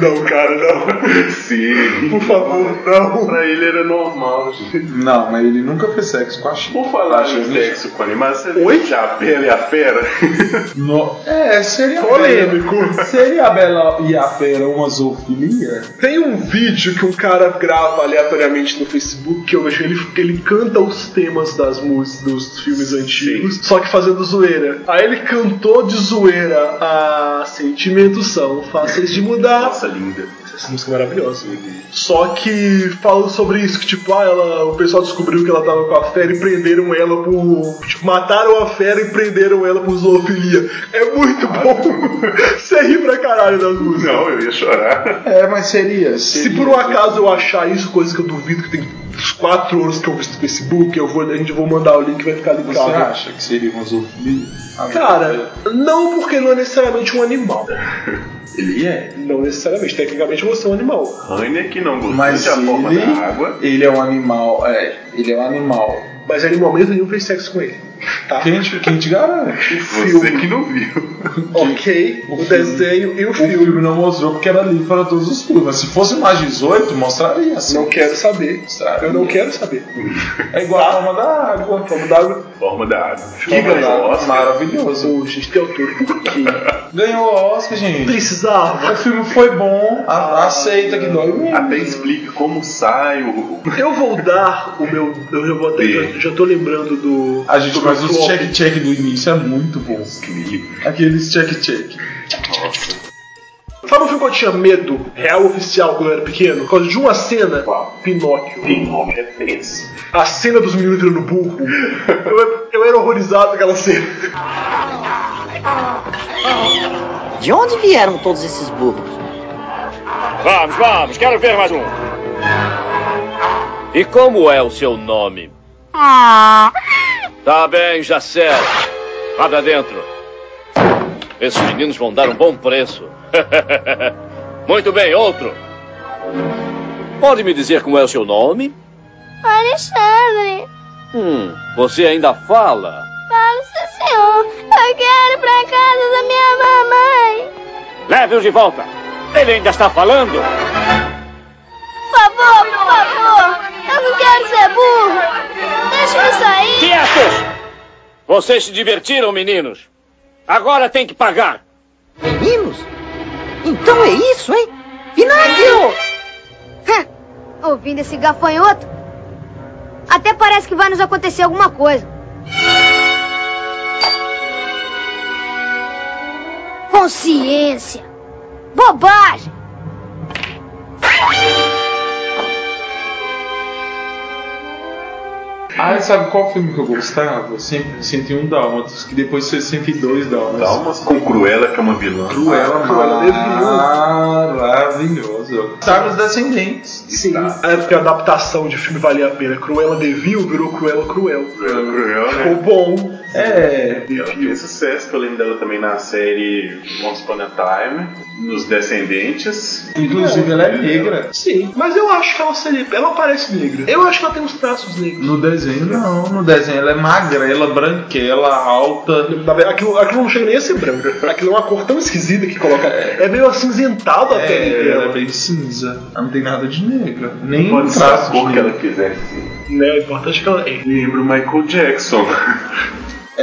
Não, cara, não.
Sim. então
Por favor, não.
Pra ele era normal, gente.
Não, mas ele nunca fez sexo com a Chita.
Por falar
Acho
em
que-
sexo com animais, você
Oi?
viu a Bela e a Fera?
No- É, seria a
Polêmico.
Bela- Seria a Bela e a Fera uma zoofilia?
Tem um vídeo que um cara grava aleatoriamente no Facebook que eu vejo ele que ele canta os temas das músicas dos filmes antigos, só que fazendo zoeira. Aí ele cantou de zoeira a Sentimentos são fáceis de mudar.
Nossa, linda.
Essa música é maravilhosa. Só que falam sobre isso, que tipo, ah, ela, o pessoal descobriu que ela tava com a fera e prenderam ela por. Tipo, mataram a fera e prenderam ela por zoofilia. É muito bom. Você ri pra caralho das músicas.
Não, eu ia chorar.
É, mas seria.
Se por um acaso eu achar isso, coisa que eu duvido que tem uns 4 anos que eu vi no Facebook, eu vou, a gente vou mandar o link e vai ficar
Você
linkado.
acha que seria uma zoofilia? A Bela-
Cara, não porque não é necessariamente um animal.
ele é.
Não necessariamente, tecnicamente você é um animal.
Rainha que não gostou
Mas
de a forma
ele,
da água.
ele é um animal. É, ele é um animal.
Mas ele em momento nenhum fez sexo com ele. Tá.
Quem te, quem te garante?
O
Você
filme.
que não viu.
Ok. O,
filme.
desenho e o
O
filme.
filme não mostrou porque era livre para todos os públicos. Mas se fosse mais 18, mostraria. assim.
Não quero saber.
Sabe?
Eu não quero saber.
É igual a forma da água.
Vamos dar o
Forma da água.
Que
Forma da
ganhou
Oscar.
Maravilhoso.
Ô, gente, tem autor que
Ganhou o Oscar, gente.
precisava.
O filme foi bom. A- aceita que dói mesmo.
Até explica como sai o.
Eu vou dar o meu. Eu já vou até.
Bem.
Já, já tô lembrando do.
A gente
do
faz
meu
os
flop.
check-check do início, é muito bom.
Que me livre.
Aqueles check-check.
Sabe um filme que eu tinha medo, real oficial, quando eu era pequeno? Por causa de uma cena?
Qual?
Pinóquio.
Tem nome é tenso.
A cena dos meninos virando burro. eu, eu era horrorizado com aquela cena.
De onde vieram todos esses burros?
Vamos, vamos, quero ver mais um. E como é o seu nome? Tá bem, Jacel. Vá pra dentro. Esses meninos vão dar um bom preço. Muito bem, outro. Pode me dizer como é o seu nome?
Alexandre,
Hum, você ainda fala?
falo sim, senhor. Eu quero ir pra casa da minha mamãe.
Leve-os de volta. Ele ainda está falando.
Por favor, por favor. Eu não quero ser burro. Deixa eu sair.
Quietos! Vocês se divertiram, meninos. Agora tem que pagar.
Meninos? Então é isso, hein? Pinóquio!
Ouvindo esse gafanhoto, até parece que vai nos acontecer alguma coisa. Consciência! Bobagem!
Ah, sabe qual filme que eu gostava? Sempre 101 Dálmatas, que depois foi 102 Dálmatas.
Dá umas com Cruella, que é uma vilã.
Cruella,
Cruella de Vil.
maravilhosa. Sabe os descendentes.
Sim. A época que Tá. É a adaptação de filme valia a pena. Cruella Devil virou Cruella Cruel.
Cruella, Cruella, né?
Ficou bom.
É,
Ela fez sucesso, que eu lembro dela também na série Once Upon a Time, nos Descendentes.
inclusive ela é negra.
Sim. Mas eu acho que ela seria. Ela parece negra. Eu acho que ela tem uns traços negros.
No desenho não, no desenho ela é magrela, branquela, alta.
Na verdade, Aquilo, aquilo não chega nem a ser branco. Aquilo é uma cor tão esquisita que coloca. É meio acinzentado a pele
É, ela é
dela.
bem cinza. Ela não tem nada de negra. Nem um
Pode ser a
traço de
cor que
negra.
ela quisesse.
Né? O importante é que ela é.
Lembro Michael Jackson.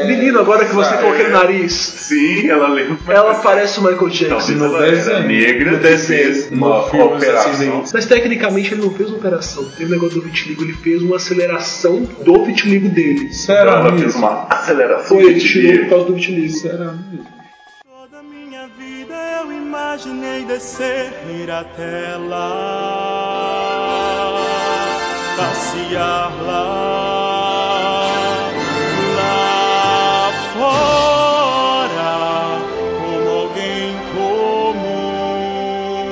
Menino, agora que
É.
você
sabe.
colocou aquele nariz,
Sim, ela lembra.
ela parece o Michael Jackson.
Talvez
no
ela era
desenho.
negra,
No
descesse
desenho.
uma
No filme, os
operação.
acidentes.
Mas tecnicamente ele não fez uma operação. Teve o negócio do vitiligo, ele fez uma aceleração do vitiligo dele.
Será
Ela fez
mesmo? é
uma aceleração
Foi, ele
de
tirou por
dinheiro.
causa do vitiligo.
Será mesmo?
Toda minha vida eu imaginei descer Miratela, passear lá, lá fora, como alguém comum.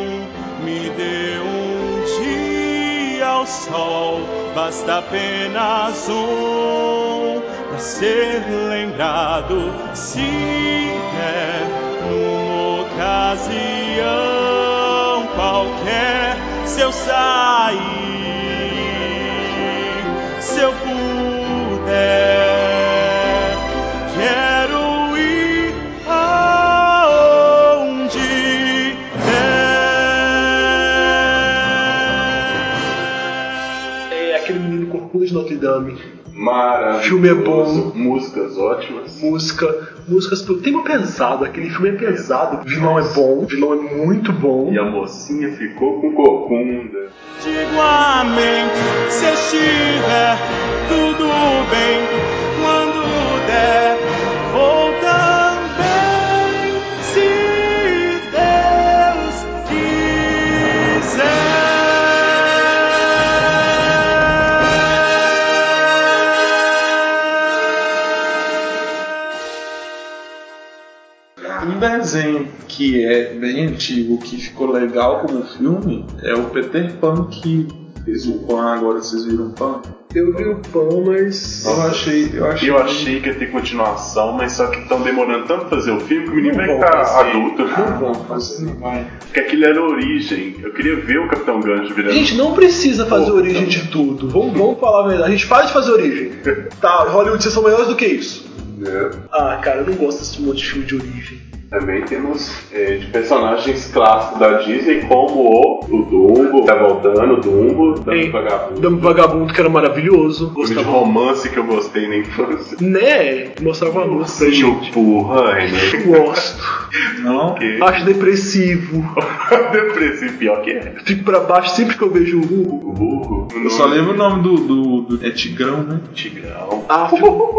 Me deu um dia ao sol, basta apenas um pra ser lembrado. Se é numa ocasião qualquer, se eu sair, se eu puder, quero ir aonde der.
É aquele menino corcunda de Notre Dame.
Maravilhoso.
Filme é bom.
Músicas ótimas.
Música, músicas pro tema pesado. Aquele filme é pesado. O vilão é bom, o vilão é muito bom.
E a mocinha ficou com corcunda.
Digo amém se estiver tudo bem. Quando der, vou também. Se Deus quiser.
Um desenho que é bem antigo, que ficou legal como filme, é o Peter Pan, que
fez o Pan agora, vocês viram o Pan?
Eu vi o pão, mas.
Eu achei. Eu achei.
Eu achei que ia ter continuação, mas só que estão demorando tanto pra fazer o filme que o menino
Não
vai
vão
tá
ficar
fazer.
adulto.
Não vão fazer.
Não vai.
Porque aquilo era a origem. Eu queria ver o Capitão Gancho virando.
Gente, não precisa fazer origem de tudo. então Vamos, vamos falar a verdade. A gente para de fazer origem. Tá, Hollywood, vocês são maiores do que isso.
É.
Ah, cara, eu não gosto desse monte de filme de origem.
Também temos é, de personagens clássicos da Disney, como o, o Dumbo, tá voltando, o Dumbo,
Ei,
Dumbo Vagabundo.
Dumbo Vagabundo, que era maravilhoso.
Um Filme de
Gostava.
romance que eu gostei na infância.
Né? Mostrava a luz pra gente.
Chupurra, né?
Gosto.
Não.
Que
Acho depressivo.
depressivo, pior que é.
Fico pra baixo sempre que eu vejo o Hugo.
Burro.
Eu só lembro o nome do, do, do- É Tigrão, né?
Tigrão.
Ah, fico,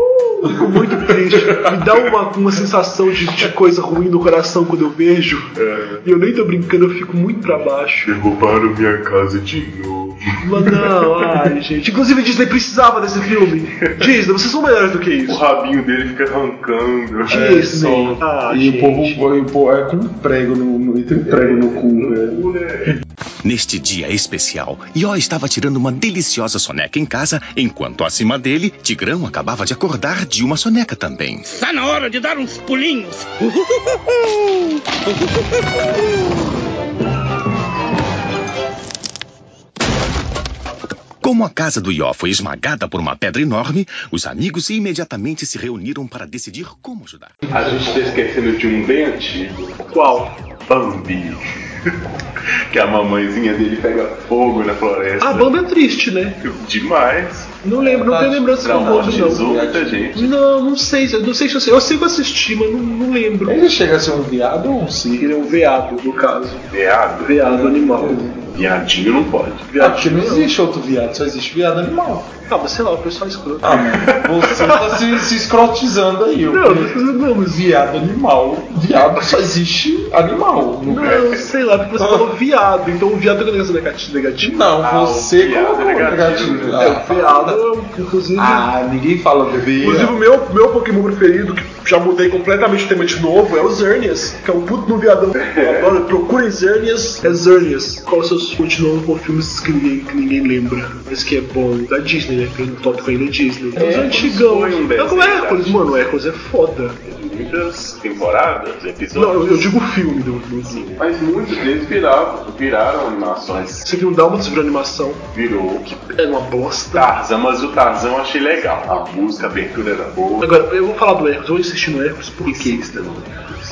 fico muito triste. Me dá uma, uma sensação de, de coisa ruim no coração quando eu vejo.
É.
E eu nem tô brincando, eu fico muito pra baixo.
Derrubaram minha casa de novo.
Mas não, ai, gente. Inclusive, Disney precisava desse filme. Disney, vocês são melhores do que
O
isso.
rabinho dele fica arrancando.
Disney. Ah,
é, e
gente.
o povo, e o povo é com um prego no, no, tem um prego no
É.
cu, velho.
Neste dia especial, Ió estava tirando uma deliciosa soneca em casa, enquanto acima dele, Tigrão acabava de acordar de uma soneca também.
Tá na hora de dar uns pulinhos.
Como a casa do Ió foi esmagada por uma pedra enorme, os amigos imediatamente se reuniram para decidir como ajudar.
A gente tá esquecendo de um bem antigo.
Qual?
Bambi. que a mamãezinha dele pega fogo na floresta.
A banda é triste, né?
Demais.
Não lembro, não tenho lembrança do outro,
Traumatizou
não.
Tá muita gente.
Não, não sei, eu não sei se eu sei. Eu sei que eu assisti, mas não, não lembro.
Ele chega a ser um viado ou um circo?
Ele é um veado, no caso.
Veado.
Veado animal.
Viadinho não pode.
Ah, porque não existe outro viado, só existe viado animal.
Ah, mas sei lá, o pessoal é escroto.
Ah, mano, você tá se, se escrotizando aí. eu-
Não, não, mas
Viado animal. Viado só existe animal. Não,
Não, sei lá, porque você falou viado, então o viado é negócio negati- negativo.
não
Ah, o
você
viado
colocou
é negativo.
negativo.
É, o viado, inclusive.
Ah, ninguém fala
Inclusive,
viado.
o meu, meu Pokémon preferido, que já mudei completamente o tema de novo, é o Zernias, que é um puto no viadão. Eu adoro, procurem Zernias, é Zernias. Qual o seu continuando com filmes que ninguém, que ninguém lembra, mas que é bom, da Disney, né? Que o tópico ainda é Disney. É, é antigão.
foi um
Não,
desenho,
como é Hércules,
verdade.
mano, Hércules é foda.
Muitas temporadas,
Não,
episódios.
eu, eu digo filme do Disney.
Mas muitos deles viraram, viraram animações.
Você viu um Dálmatas virou animação,
Virou.
é uma bosta.
Tarzan, mas o Tarzan eu achei legal. A música, a abertura era boa. né?
Agora, eu vou falar do Hércules, eu vou insistir no Hércules, por quê?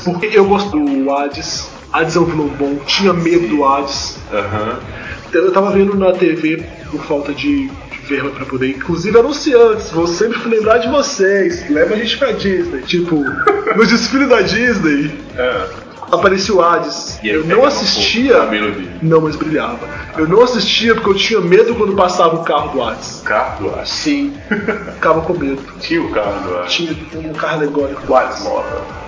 Porque eu gosto do Hades, Hades é um vilão bom, tinha medo do Hades.
Aham.
Eu tava vendo na TV por falta de de verba pra poder, inclusive anunciantes, vou sempre lembrar de vocês, leva a gente pra Disney. Tipo, no desfile da Disney
É.
apareceu o Hades.
E ele
Eu
pega
não
no
assistia.
fogo da melodia.
Não, mas brilhava. Eu não assistia porque eu tinha medo quando passava o carro do Hades.
Carro, eu acho.
Sim. Ficava com medo.
Tinha o carro, eu acho.
Tinha um carro alegórico do
Quase
Hades.
morra.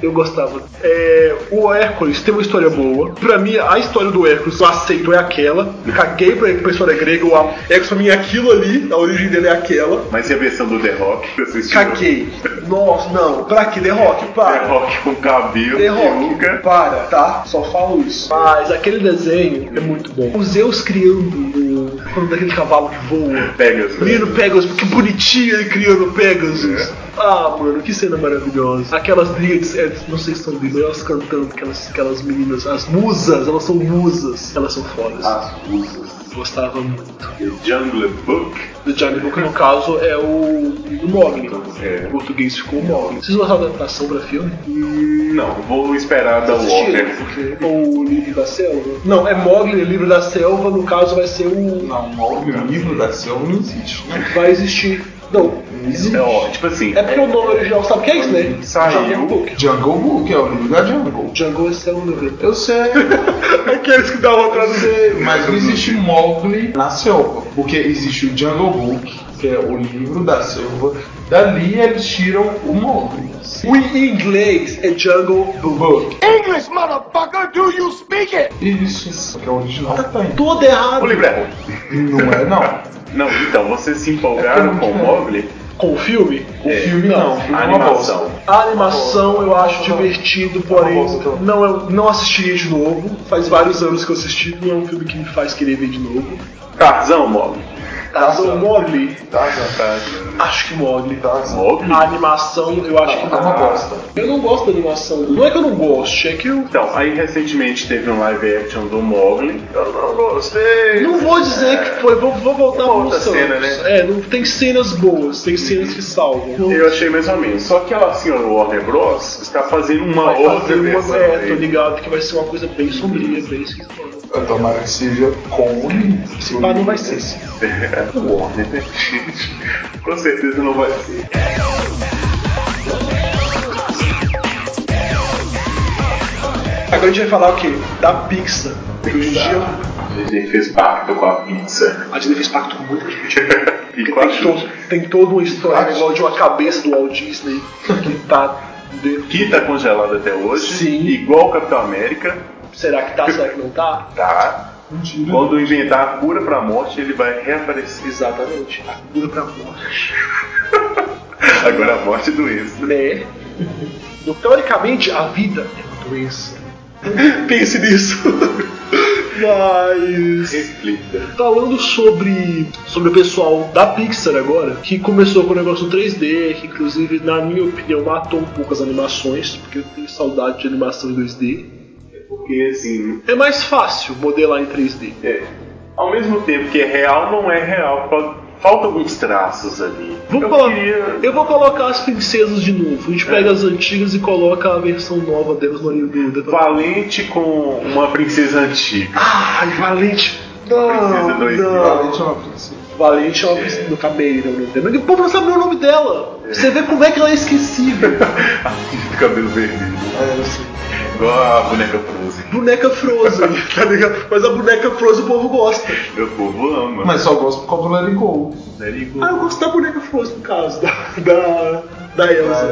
Eu gostava. É, o Hércules tem uma história boa. Pra mim, a história do Hércules, eu aceito, é aquela. Caguei pra, pra história grega. O Hércules pra mim é aquilo ali, a origem dele é aquela.
Mas e a versão do The Rock que vocês assistiram?
Caguei. Nossa, não. Pra que? The Rock,
The
para.
Rock com cabelo,
The Rock,
peruca.
para, tá? Só falo isso. Mas aquele desenho é muito bom. Os Zeus criando o... falando daquele cavalo que voa.
Pega as
Menino Pegasus, que bonitinho ele criando
É.
Pegasus. Ah, mano, que cena maravilhosa. Aquelas ligas, é, não sei se são ligas, mas elas cantando, aquelas, aquelas meninas, as musas, elas são musas. Elas são fodas.
As rusas.
Gostava muito.
The Jungle Book.
Do Johnny Book, no caso, é o, o Mogli.
É.
Em português ficou o Mogli. Vocês gostaram da adaptação pra filme?
Hum, Não, vou esperar da
Assistiram?
Warner.
Porque- Ou o Livro da Selva? Não, é Mogli, Livro da Selva, no caso vai ser o...
Não, o livro da selva não existe. né?
Vai existir... Não,
É, ó, tipo assim,
é porque o nome original sabe o que é isso, né?
Saiu.
Jungle Book.
Jungle Book é o livro da Jungle.
Django é selva, velho.
Eu sei,
Aqueles que dá uma tradução.
mas não existe Mowgli na selva, porque existe o Jungle Book, que é o livro da selva. Dali eles tiram o Mowgli.
O em inglês é Jungle Book.
English, motherfucker, do you speak it?
Isso, que é o original que tem.
Todo errado.
O livro é ruim.
Não é não.
Não, então, vocês se
É
empolgaram
porque
com
é
o
muito
Mogli
com o filme?
O filme não, o filme é uma bosta.
A animação eu acho divertido, porém
Tá
não, eu não assistiria de novo. Faz vários anos que eu assisti, não é um filme que me faz querer ver de novo.
Tarzan, mole.
Tá
Tarzan Mogli?
Tarzan,
Acho que Mogli.
Tá
Mogli?
A animação eu acho que não.
uma bosta.
Eu não gosto da animação. Não é que eu não goste, é que eu
Então, aí recentemente teve um live action do Mogli. Eu não gostei.
Não vou dizer que foi, vou, vou voltar
Uma
pro
outra
Santos.
cena, né?
É, não tem cenas boas, tem cenas que salvam.
Eu achei mais ou menos. Só que a senhora Warner Bros. está fazendo uma
Vai
outra
fazer uma
versão
é, tô
dele.
ligado que vai ser uma coisa bem sombria, bem esquisita.
Tomara que seja com o livro.
Se pá, não vai ser.
O Warner, né? Com certeza não vai ser.
Agora a gente vai falar o quê? Da Pixar. Porque hoje em dia
A gente fez pacto com a pizza.
a Disney fez pacto com muita gente.
E com a
Tem,
Xuxa.
todo, tem toda uma história igual de uma cabeça do Walt Disney que tá dentro.
Que tá congelada até hoje.
Sim.
Igual o Capitão América.
Será que tá? Será que não tá?
Tá.
Uhum.
Quando inventar a cura pra morte, ele vai reaparecer.
Exatamente. A cura pra morte.
Agora a morte é doença.
Né? Então, Teoricamente, a vida é uma doença.
Pense nisso.
Mas.
Reflita.
Falando sobre, sobre o pessoal da Pixar agora, que começou com o negócio 3D, que inclusive, na minha opinião, matou um pouco as animações, porque eu tenho saudade de animação em 2D.
Porque assim,
É mais fácil modelar em 3D.
é, ao mesmo tempo que é real, não é real. Fal- Falta alguns traços ali.
Vou
eu
colo-
queria. É.
Eu vou colocar as princesas de novo. A gente pega as antigas e coloca a versão nova delas no anime do
Valente com uma princesa antiga.
Ai, Valente! Não,
Princesa 2D.
não.
Valente é uma princesa.
Valente é uma princesa do Cameira, não tem. né? Mas o povo não sabe o nome dela. Você vê como é que ela é esquecível.
Do cabelo vermelho.
É, eu sei.
Igual a boneca Frozen.
boneca Frozen, tá ligado? Mas a boneca Frozen o povo gosta.
Meu povo ama.
Mas só gosto por causa do Larry Go.
Ah, eu gosto da boneca Frozen, no caso, da, da, da Elsa.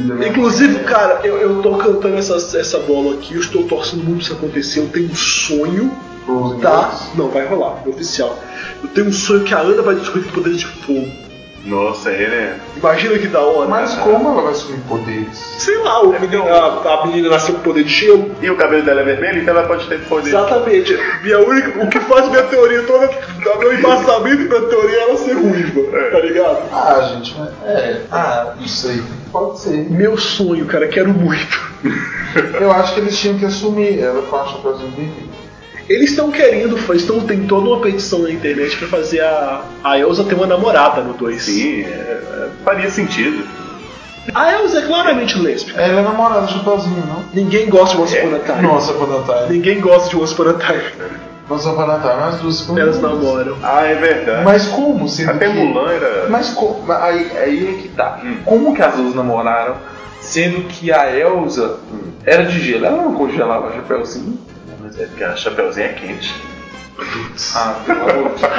Inclusive, cara, eu, eu tô cantando essa, essa bola aqui, eu estou torcendo muito pra isso acontecer, eu tenho um sonho,
Frozen
tá?
dois.
Não, vai rolar, é oficial. Eu tenho um sonho que a Ana vai descobrir poderes de fogo.
Nossa, é, né?
Imagina que da hora.
Mas É como ela vai assumir poderes?
Sei lá, o menino- É a, a menina nasceu com poder de gelo.
E o cabelo dela é vermelho, então ela pode ter poder.
Exatamente. Minha única, o que faz minha teoria toda, o meu embasamento pra teoria é ela ser ruiva, tá ligado?
Ah, gente, mas- é. Ah, não sei. Pode ser.
Meu sonho, cara, quero muito.
Eu acho que eles tinham que assumir ela com a chapéu zumbi.
Eles estão querendo, fa- estão tem toda uma petição na internet pra fazer a, a Elsa ter uma namorada no 2.
Sim, é, é, faria sentido.
A Elsa é claramente lésbica.
Ela é namorada do Chapeuzinho, não?
Ninguém gosta de Once
É.
Upon a Time.
Nossa, Panatai.
Ninguém gosta de Once Upon a Time.
Nossa, Panatai, mas as duas ficam
Elas
juntas.
namoram.
Ah, é verdade.
Mas como? Sendo
Até
que-
Mulan era.
Mas como? mas Aí, aí é que tá.
Hum.
Como que as duas namoraram? Sendo que a Elsa hum, era de gelo. Ela não congelava assim? Chapeuzinho.
Mas é porque a Chapeuzinho é quente.
Ah, pelo amor de Deus.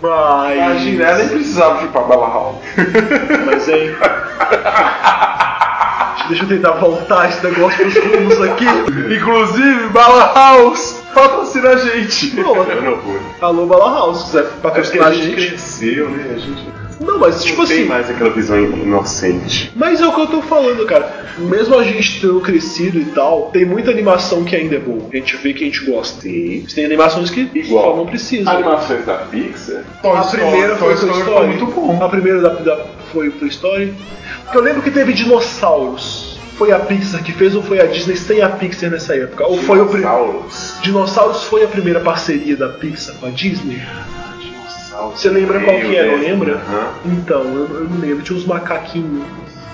Mas.
Imagina, ela nem precisava chupar Bala Hall.
Mas hein. Deixa eu tentar voltar esse negócio pros rumos aqui.
Inclusive, Bala House patrocina a gente.
Pô.
Eu não vou.
Alô, Bala House, se quiser
Acho que
patrocinar
a
a
gente
gente.
cresceu, né? A gente
Não, mas tipo
não tem
assim.
mais aquela visão inocente.
Mas é o que eu tô falando, cara. Mesmo a gente tendo crescido e tal, tem muita animação que ainda é boa. A gente vê que a gente gosta. Mas Tem animações que
Igual.
só não precisa.
Animações da Pixar?
Toy
a
Story-
primeira foi
Toy
o Toy
Story
Story.
foi muito bom.
A primeira da, da, foi o Toy Story. Porque eu lembro que teve dinossauros. Foi a Pixar que fez ou foi a Disney sem a Pixar nessa época? Ou foi o primeiro.
Dinossauros.
Dinossauros foi a primeira parceria da Pixar com a Disney?
Dinossauros.
Você lembra qual que era,
Meio, né?
lembra?
Aham.
Então, eu, eu não lembro. Tinha uns macaquinhos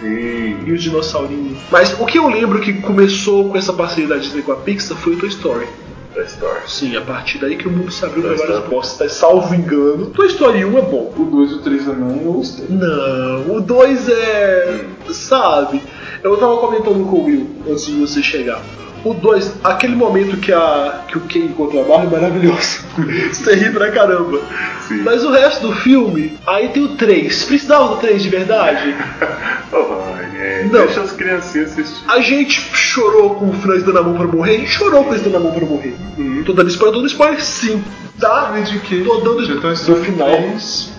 Sim.
e os dinossaurinhos. Mas o que eu lembro que começou com essa parceria da Disney com a Pixar foi o Toy Story.
Toy Story.
Sim, a partir daí que o mundo se abriu
Toy
para várias
Story.
postas. Salvo engano, Toy Story 1 é bom.
O 2 e o 3 também eu gostei.
Não, o 2 é. Sabe? Eu tava comentando com o Will antes de você chegar. O 2, aquele momento que, a, que o Ken encontra a Barbie é maravilhoso. você ri pra caramba.
Sim.
Mas o resto do filme, aí tem o 3. Precisava do 3 de verdade?
Oh, é.
Não.
Deixa as criancinhas assistir.
A gente chorou com o Franz dando a mão pra morrer, a gente chorou com eles dando a mão pra morrer. Tô dando spoiler, tô dando spoiler sim. Tá?
David que
Tô dando
no
final.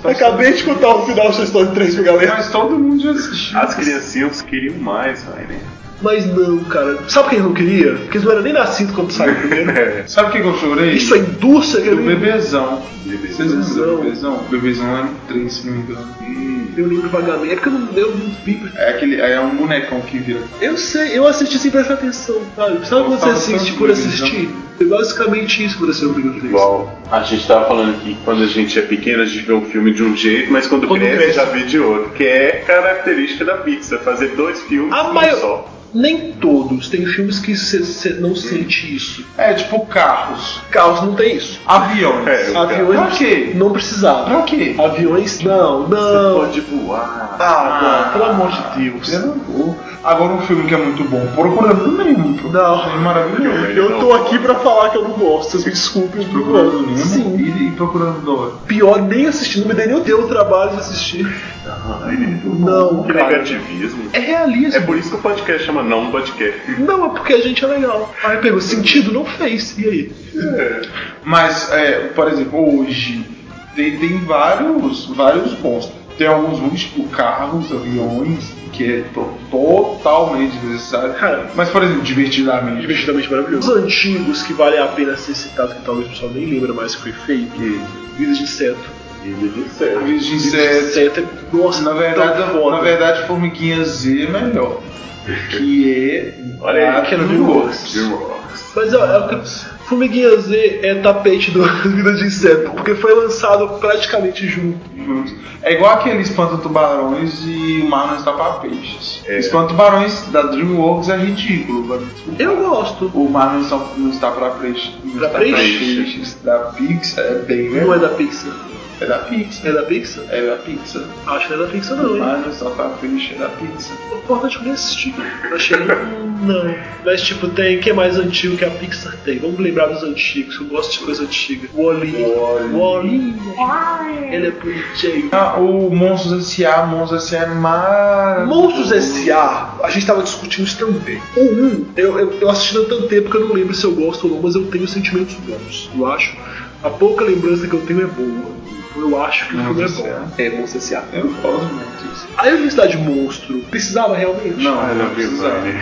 Acabei de contar o final de Toy Story 3 pra galera.
Mas todo mundo já assistiu.
As criancinhas queriam mais, né? Rainer.
Mas não, cara. Sabe quem não queria? Porque eles não eram nem nascidos quando saiu o primeiro.
É.
Sabe o que que eu chorei?
Isso é indústria,
Do
cara.
bebezão. Vocês lembram do
Bebezão.
bebezão? Bebezão era um trem, se não me engano.
Eu lembro vagamente. É porque eu não, eu não vi.
É, aquele, é um bonecão que vira.
Eu sei, eu assisti sem prestar atenção, sabe? Sabe quando você
Gostava
assiste
tanto
por
do
assistir? É basicamente isso quando você um não viu o filme.
Igual a gente tava falando que quando a gente é pequeno a gente vê um filme de um jeito, mas quando,
Quando
cresce,
cresce.
já vê de outro. Que é característica da Pixar, fazer dois filmes
A
num
maior-
só.
Nem todos. Tem filmes que você não sente isso.
É tipo carros,
Carros não tem isso.
aviões.
É, o
Aviões
Pra quê?
não precisava.
Pra quê?
Aviões não,
Você
não.
pode voar.
Ah, não, pelo amor de Deus.
Eu não vou. Agora um filme que é muito bom, procurando Nemo. pô.
Não.
É maravilhoso.
Eu tô
então.
aqui pra falar que eu não gosto, me desculpe, eu não
Procurando
gosto.
Nemo
Sim.
E, e procurando Dora.
Pior nem assistir, não me dei nem o teu trabalho de assistir.
Ai,
Não,
que
cara.
negativismo.
É realismo.
É por isso que o podcast chama Não Podcast.
Não, é porque a gente é legal. Aí pegou sentido, não fez. E aí?
Mas, é, por exemplo, hoje tem, tem vários, vários bons. Tem alguns ruins, tipo carros, aviões, que é to- totalmente desnecessário.
Cara.
Mas, por exemplo, divertidamente.
Divertidamente maravilhoso. Os antigos que vale a pena ser citado, que talvez o pessoal nem lembra mais que foi feito. Vida de inseto.
Ele de céu.
Vídeos de
Vida de
inseto.
inseto é. Nossa,
Na verdade,
tão foda.
na verdade, Formiguinha Z é melhor. Que é.
Olha aí,
que
Pequeno Vilgox. Mas é, é o que. Formiguinha Z é tapete do Vida de Inseto, porque foi lançado praticamente junto.
É igual aquele Espanta Tubarões e o Mar não está para peixes.
É.
Espanta Tubarões da Dreamworks é ridículo, vai me desculpar.
Eu gosto.
O mar não está, não está pra peixe. não
Pra
está
peixe?
peixes. Da Pixar é bem
Não é
melhor.
da Pixar.
É da Pixar.
É da Pixar?
É da Pixar.
Acho que não é da Pixar
O
não, hein?
mar não está pra peixe é da Pixar.
O importante é que eu nem assisti. Achei. hum, Não. Mas tipo, tem. O que é mais antigo que a Pixar tem? Vamos lembrar dos antigos, eu gosto de coisa antiga. Wally.
Wall-E.
Wally. Ele é bonitinho.
Ah, o Monstros S.A. Monstros S.A. é maravilhoso.
Monstros S.A., a gente tava discutindo isso também. O 1, eu, eu, eu assisti há tanto tempo que eu não lembro se eu gosto ou não, mas eu tenho sentimentos bons, eu acho. A pouca lembrança que eu tenho é boa. Eu acho que o filme é
Monstros
bom. É, Monstros S.A.
Eu gosto muito disso.
A Universidade Monstro precisava realmente?
Não,
Ah,
eu
não
não
vi
precisava.
mais.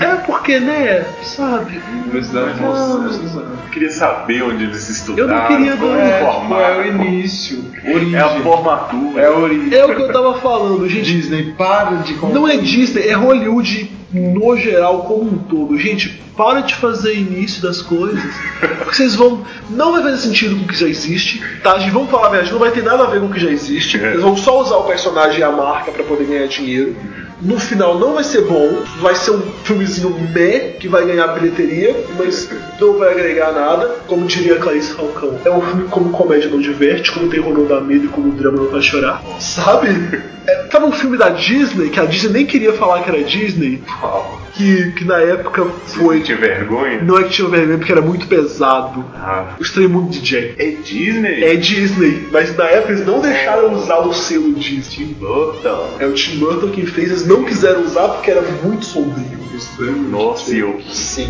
É porque, né, sabe?
Universidade de Monstros não precisava.
Eu queria saber onde eles
Eu
estudaram.
não queria
como
dar-
É, tipo,
formaram.
é o início. Origem.
É a formatura.
É a origem.
É o que eu tava falando, gente.
Disney, para de contar.
Não é Disney, é Hollywood no geral, como um todo. Gente, para de fazer início das coisas. Porque vocês vão. Não vai fazer sentido com o que já existe, tá? Gente, vamos falar a verdade, não vai ter nada a ver com o que já existe.
É.
Eles vão só usar o personagem e a marca pra poder ganhar dinheiro. No final não vai ser bom, vai ser um filmezinho meh que vai ganhar bilheteria, mas não vai agregar nada. Como diria Clarice Falcão, é um filme como comédia não diverte, como terror não dá medo e como drama não faz chorar. Sabe? É, tava um filme da Disney, que a Disney nem queria falar que era Disney,
Uau.
que, que na época foi.
Tinha vergonha?
Não é que tinha vergonha porque era muito pesado.
Ah,
O Estranho Mundo de Jack.
é Disney?
É Disney, mas na época eles não deixaram usar o selo Disney.
Total.
É o Tim Burton quem fez, eles não quiseram usar porque era muito sombrio.
Nossa, eu.
Sim.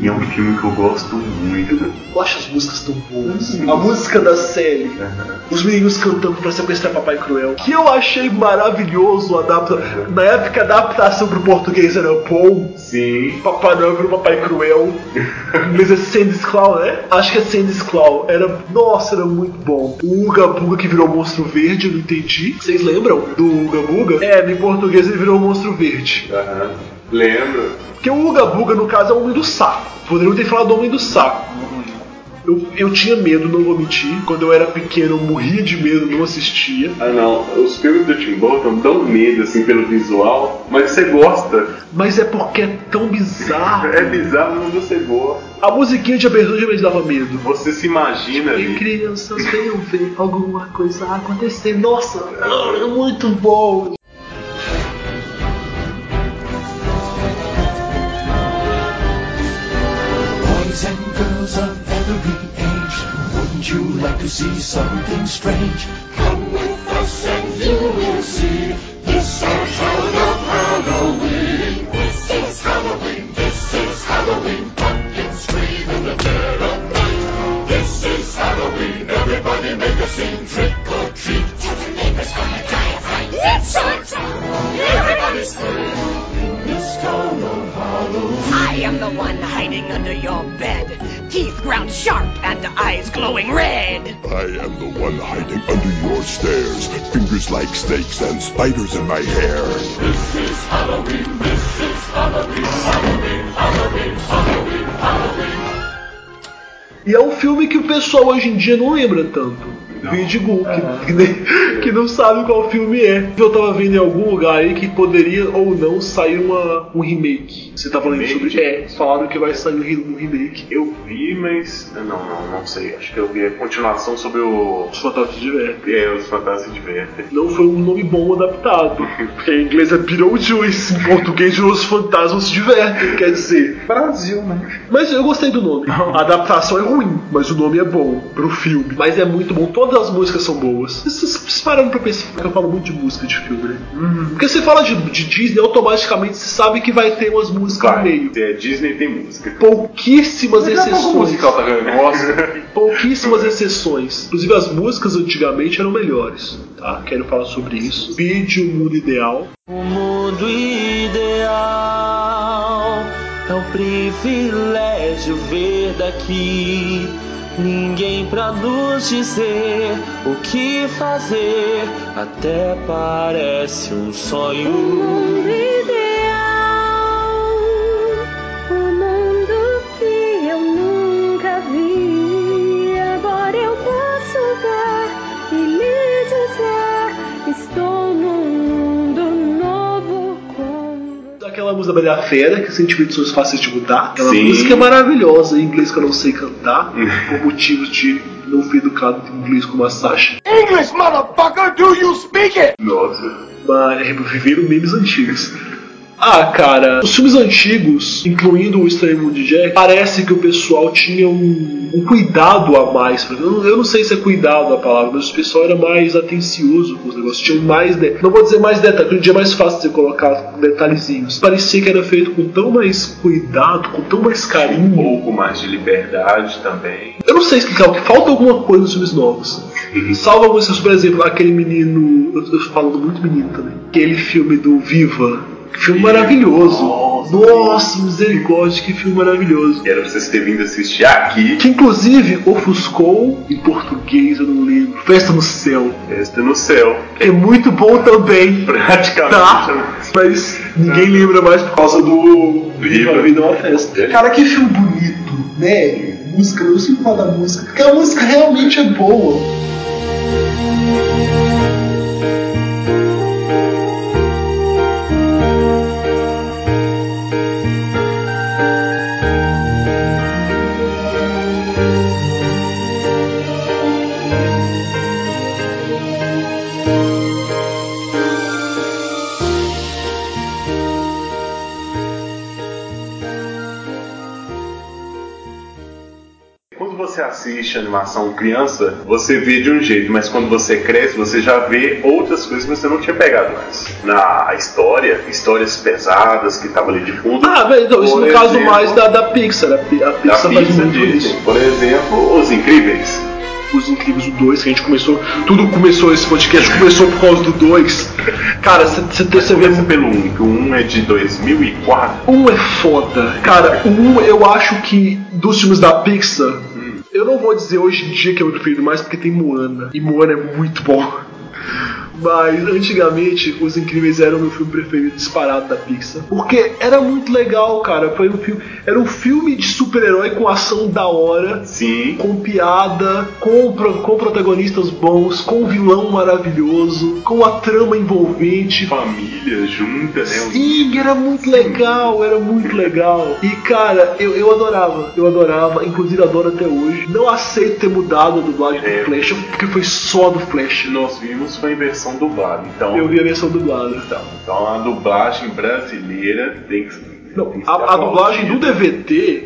E é um filme que eu gosto muito. né?
Eu acho as músicas tão boas.
Hum.
A música da Sally. Os meninos cantando pra sequestrar Papai Cruel. Que eu achei maravilhoso. Adapta... Na época, a adaptação pro português era bom.
Sim.
Papai Noel virou Papai Cruel. Mas é Sandy's Claw, né? Acho que é Sandy's Claw. Era... Nossa, era muito bom. O Uga Buga que virou Monstro Verde, eu não entendi. Vocês lembram do Uga Buga? É, em português ele virou Monstro Verde.
Aham. Lembro.
Porque o Uga Buga, no caso, é o Homem do Saco. Poderiam ter falado do Homem do Saco. Eu, eu tinha medo, não vou mentir. Quando eu era pequeno, eu morria de medo, não assistia.
Ah não, os filmes do Tim Burton dão medo assim pelo visual, mas você gosta.
Mas é porque é tão bizarro.
É bizarro, mas você gosta.
A musiquinha de abertura já me dava medo.
Você se imagina
E
ali.
crianças venham ver alguma coisa acontecer. Nossa, é muito bom.
Boys and girls of every age, wouldn't you like to see something strange? Come with us and you will see this our town of Halloween. This is Halloween, this is Halloween, pumpkins scream in the dead of night. This is Halloween,
sing trick or treat. Tell the neighbors gonna die of fright. It's Everybody's free. This town on Halloween.
I am the one hiding under your bed, teeth ground sharp and eyes glowing red.
I am the one hiding under your stairs, fingers like snakes and spiders in my hair.
This is Halloween. This is Halloween. Halloween. Halloween. Halloween. Halloween.
E é um filme que o pessoal hoje em dia não lembra tanto. Vindigo, que, que, nem- que não sabe qual filme é. Eu tava vendo em algum lugar aí que poderia ou não sair uma, um remake. Você tá falando
Remake
sobre.
de-
É, falaram que vai sair um re- um remake.
Eu vi, mas. ah, Não, não, não sei. Acho que eu vi a continuação sobre o.
Os Fantásticos de Ver.
É, os Fantasmas de Werther.
Não foi um nome bom adaptado. Porque em inglês é Beetlejuice, em português os fantasmas se divertem, quer dizer.
Brasil, né?
Mas eu gostei do nome. A adaptação é ruim, mas o nome é bom pro filme. Mas é muito bom, todas as músicas são boas. Vocês vocês pararam pra pensar que eu falo muito de música de filme, né? Porque você fala de, de Disney, automaticamente você sabe que vai é ter umas músicas no meio.
É, Disney tem música.
Pouquíssimas
Mas daqui a pouco o
exceções.
musical tá ganhando Oscar.
Pouquíssimas exceções. Inclusive as músicas antigamente eram melhores. Tá? Quero falar sobre isso. Vídeo Mundo Ideal.
O mundo ideal é um privilégio ver daqui. Ninguém pra nos dizer o que fazer, até parece um sonho.
O mundo que eu nunca vi, agora eu posso ver e lhe dizer: estou num mundo novo.
Aquela música da Bela Fera, que sentimentos são fáceis de mudar. Aquela
Sim.
música é maravilhosa, em inglês que eu não sei cantar, por motivos de não fui educado em inglês como a Sasha.
English, motherfucker, do you speak it?
Nossa.
Mas reviveram memes antigos. Ah, cara, os filmes antigos, incluindo o Estranho Mundo de Jack, parece que o pessoal tinha um, um cuidado a mais. Eu não, eu não sei se é cuidado a palavra, mas o pessoal era mais atencioso com os negócios. Tinha mais. de- Não vou dizer mais detalhes, porque hoje em dia é mais fácil você colocar detalhezinhos. Parecia que era feito com tão mais cuidado, com tão mais
Um
carinho.
pouco mais de liberdade também.
Eu não sei explicar, que falta alguma coisa nos filmes novos.
Uhum.
Salva músicas, por exemplo, aquele menino. Eu tô falando muito menino também. Aquele filme do Viva. Que filme maravilhoso.
Nossa.
Nossa, misericórdia, que filme maravilhoso.
Era pra vocês terem vindo assistir aqui.
Que inclusive ofuscou, em português eu não lembro. Festa no Céu.
Festa no céu.
que É muito bom também.
Praticamente.
Tá? Mas ninguém lembra mais por causa do
Tá. Viva.
Viva Vida é uma Festa.
Cara, que filme bonito, né? Música, eu sempre
é
falo da música, porque a música realmente é boa.
Quando você assiste animação criança, você vê de um jeito, mas quando você cresce, você já vê outras coisas que você não tinha pegado antes. Na história, histórias pesadas que estavam ali de fundo.
Ah, velho, então, isso
Por
no caso
exemplo,
mais da, da Pixar. A, Pi- a
da
Pixar faz
Pixar
muito isso.
Disney. Por exemplo, Os Incríveis.
Os Incríveis do 2, que a gente começou. Tudo começou, esse podcast começou por causa do 2. Cara, você vê.
Começa pelo 1, que o 1 é de 2004.
Um é foda. Cara, o um eu acho que dos filmes da Pixar. Eu não vou dizer hoje em dia que é o meu preferido mais, porque tem Moana. E Moana é muito bom. Mas antigamente, Os Incríveis era o meu filme preferido disparado da Pixar. Porque era muito legal, cara. Foi um filme. Era um filme de super-herói com ação da hora
Sim.
com piada, com, pro- com protagonistas bons, com um vilão maravilhoso, com a trama envolvente.
Família junta, né?
Sim, era muito legal, era muito legal. E cara, eu, eu adorava, eu adorava, inclusive adoro até hoje. Não aceito ter mudado a dublagem do
É.
Flash, porque foi só do Flash.
Nós vimos foi em versão dublada. Então,
Eu vi a versão dublada. tá.
então, então a dublagem brasileira tem que
Não,
tem que ser
a, a dublagem do
aplaudida.
DVD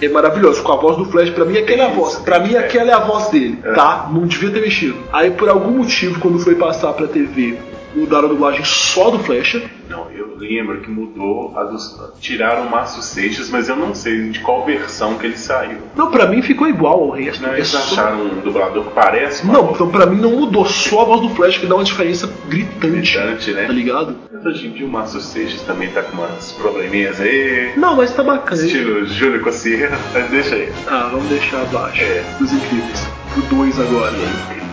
é maravilhosa, com a voz do Flash, pra mim aquela é a voz, pra mim aquela é a voz dele,
É.
tá? Não devia ter mexido. Aí por algum motivo, quando foi passar pra TV mudaram a dublagem só do Flecha.
Não, eu lembro que mudou, a dos- tiraram o Márcio Seixas, mas eu não sei de qual versão que ele saiu.
Não, Então, pra mim ficou igual ao resto.
Não,
É
eles
só-
acharam um dublador que parece,
Não, então pra mim não mudou, só a voz do Flash que dá uma diferença gritante.
bastante, né?
Tá ligado?
Mas hoje em dia o Márcio Seixas também tá com umas probleminhas aí.
Não, mas tá bacana.
Estilo Júlio Cossier, mas deixa aí.
Ah, vamos deixar abaixo. Dos incríveis. O 2 agora.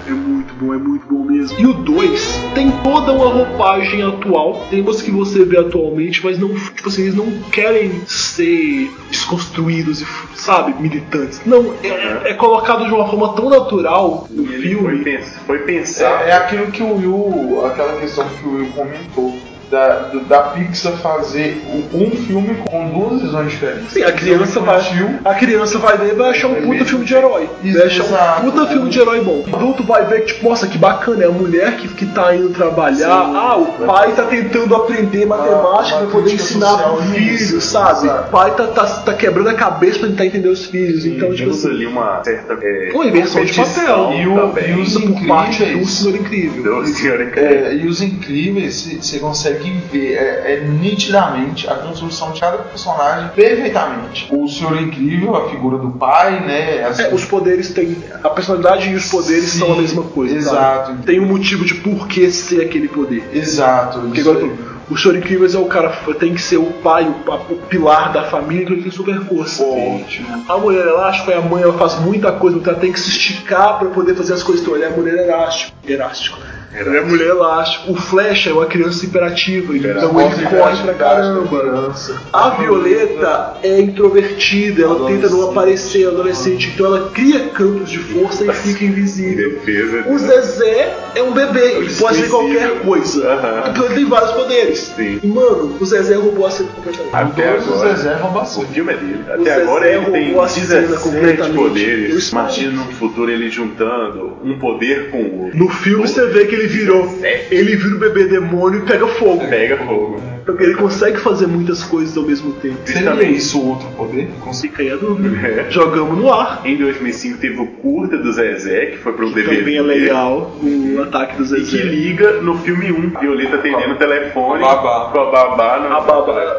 É muito bom, é muito bom mesmo. E o 2 tem toda uma roupagem atual, temas que você vê atualmente, mas não, tipo assim, eles não querem ser desconstruídos e, sabe, militantes. Não, é, é colocado de uma forma tão natural no filme.
Foi pensado.
É, é aquilo que o Will, aquela questão que o Will comentou. Da, do- da Pixar fazer um, um filme com duas visões diferentes.
Sim, a criança vai, a criança vai ver e vai achar um puta filme de herói. Vai achar um puta filme de herói bom. O adulto vai ver que, tipo, nossa, que bacana, é a mulher que, que tá indo trabalhar. ah, o pai tá tentando aprender matemática pra poder ensinar pro filho, sabe? O pai tá, tá, tá quebrando a cabeça pra tentar entender os filhos. então, tipo
Temos
assim.
ali uma certa. É,
Uma inversão de papel.
Hum, competição também.
e isso por parte do senhor incrível.
Do Senhor Incrível.
É, e os incríveis, você consegue ver é, é nitidamente a transformação de cada personagem perfeitamente. O Senhor Incrível, a figura do pai, né? assim,
É, os poderes têm. A personalidade e os poderes
Sim,
são a mesma coisa.
exato.
sabe? Tem um motivo de por que ser aquele poder.
Exato.
Porque agora, pô, o Senhor Incríveis é o cara, tem que ser o pai, o, pa- o pilar da família, então ele tem super força. A mulher elástica é a mãe, ela faz muita coisa, então ela tem que se esticar pra poder fazer as coisas. Então ele é a mulher elástica. Elástico. Ele é a mulher elástica. O Flecha é uma criança imperativa, ele- então ele corre
é
pra caramba. A Violeta é introvertida, ela tenta não aparecer, é adolescente, então ela cria campos de força e fica invisível.
Defesa.
O Zezé é um bebê, ele pode ser
Desprezível.
qualquer coisa.
Aham.
Então ele tem vários poderes. E, mano, o Zezé roubou a cena completamente.
Até
o
agora.
Zezé rouba
O filme é dele. Até
Zezé
agora ele tem
roubou a cena
17
completamente. Eu
poderes.
espero.
Imagina no futuro ele juntando um poder com o outro.
No filme você vê que ele virou.
É.
Ele vira o bebê demônio e pega fogo.
Pega fogo.
Porque ele consegue fazer muitas coisas ao mesmo tempo.
Seria isso outro poder?
Fica aí a dúvida.
É.
Jogamos no ar.
Em 2005 teve o curta do Zezé, que foi pro DVD.
Também é legal o ataque do Zezé.
E que liga no filme 1. Violeta atendendo o telefone.
Babá.
Com a babá. No
A babá,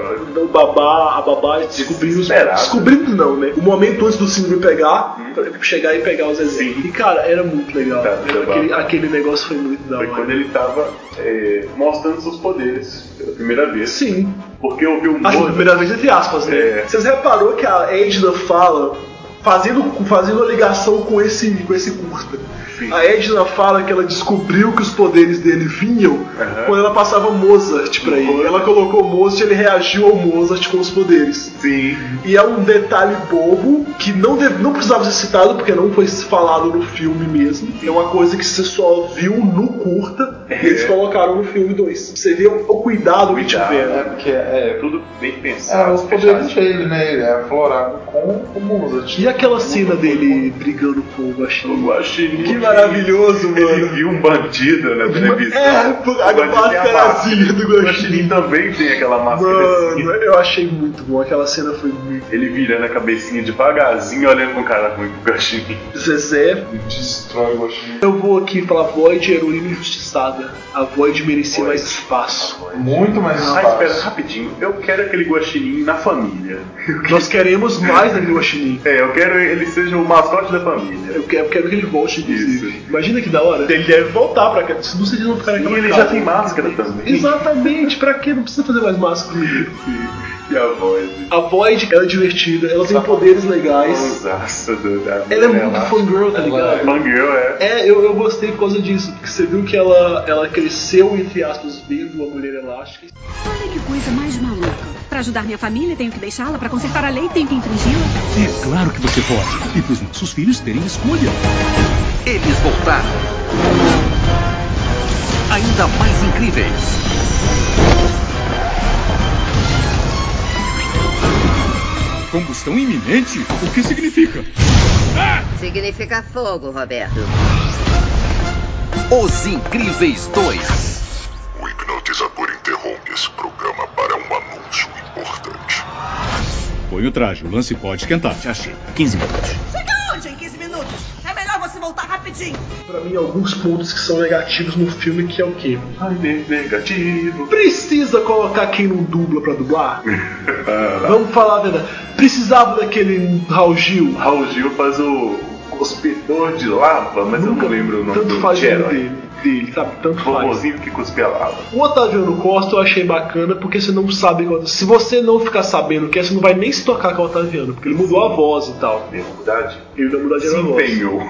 o babá, a babá descobrindo, os-
Desesperado.
descobrindo não, né? O momento antes do Cine me pegar, pra chegar e pegar o Zezé. E cara, era muito legal.
Tá, tá bom.
aquele, aquele negócio foi muito da
Foi
hora.
quando ele tava é, mostrando seus poderes pela primeira vez.
Sim.
Porque eu vi um
Assim,
modo-
primeira vez entre aspas, né?
É.
Vocês reparou que a Edna fala fazendo, fazendo a ligação com esse, com esse curta. A Edna fala que ela descobriu que os poderes dele vinham quando ela passava Mozart pra ele. Ela colocou Mozart e ele reagiu ao Mozart com os poderes.
Sim.
E é um detalhe bobo que não, deve- não precisava ser citado porque não foi falado no filme mesmo. É uma coisa que você só viu no curta e eles colocaram no filme 2. Você vê o É. cuidado, que tiveram.
É, porque é,
tudo bem
é
Ah,
pensado.
os poderes dele, né? Ele é aflorado com o tipo, Mozart.
E aquela cena dele brigando com o Guaxinim?
Guaxinim.
Que maravilhoso,
Ele
mano.
viu um bandido na televisão.
É, tá pô, a
O bandido tem a
máscarazinha do
O Guaxinim também tem aquela máscara.
Mano, é eu achei muito bom. Aquela cena foi muito.
Ele virando a cabecinha devagarzinho, olhando com cara ruim pro Guaxinim.
Zezé.
Destrói o Guaxinim.
Eu vou aqui falar Void Heroína Injustiçada. A Void merecia mais espaço.
Muito mais
Ah, espera, rapidinho. Eu quero aquele Guaxinim na família.
Nós queremos mais daquele Guaxinim.
É, eu quero ele seja o mascote da família.
Eu quero, eu quero que ele volte, inclusive. Imagina que da hora. Ele deve voltar pra cá. Se não se eles vão ficar naquela
E ele
casa.
já tem máscara também.
Exatamente, pra quê? Não precisa fazer mais máscara. menino.
E a voz.
A Void, ela é divertida, ela tem poderes legais.
Usaço do, da
Ela é muito fangirl, tá ligado?
Fangirl, é.
É, eu, eu gostei por causa disso, porque você viu que ela, ela cresceu, entre aspas, vendo a mulher elástica.
Olha que coisa mais maluca. Pra ajudar minha família, tenho que deixá-la. Pra consertar a lei, tenho que infringi-la.
É claro que você pode. E pros nossos filhos terem escolha. Eles voltaram. Ainda mais incríveis. Combustão iminente? O que significa?
Significa fogo, Roberto.
Os Incríveis 2.
O hipnotizador interrompe esse programa para um anúncio importante.
Põe o traje, o lance pode esquentar. Já chega. 15 minutos.
Chega onde em 15 minutos? É melhor você voltar rapidinho.
Pra mim, alguns pontos que são negativos no filme, que é o quê?
Ai, um negativo.
Precisa colocar quem não dubla pra dublar? Vamos falar a verdade. Precisava daquele Raul Gil?
Raul Gil faz o cuspidor de lava, mas
Nunca
eu não lembro o nome
tanto
do
faz o nome
herói.
dele, dele, sabe? Tanto faz.
Vovozinho que cuspia lava.
O Otaviano Costa eu achei bacana porque você não sabe. qual- Se você não ficar sabendo que é, você não vai nem se tocar com o Otaviano, porque ele mudou a voz e tal.
Deu mudade?
Ele deu mudadinha
Se
na voz.
empenhou.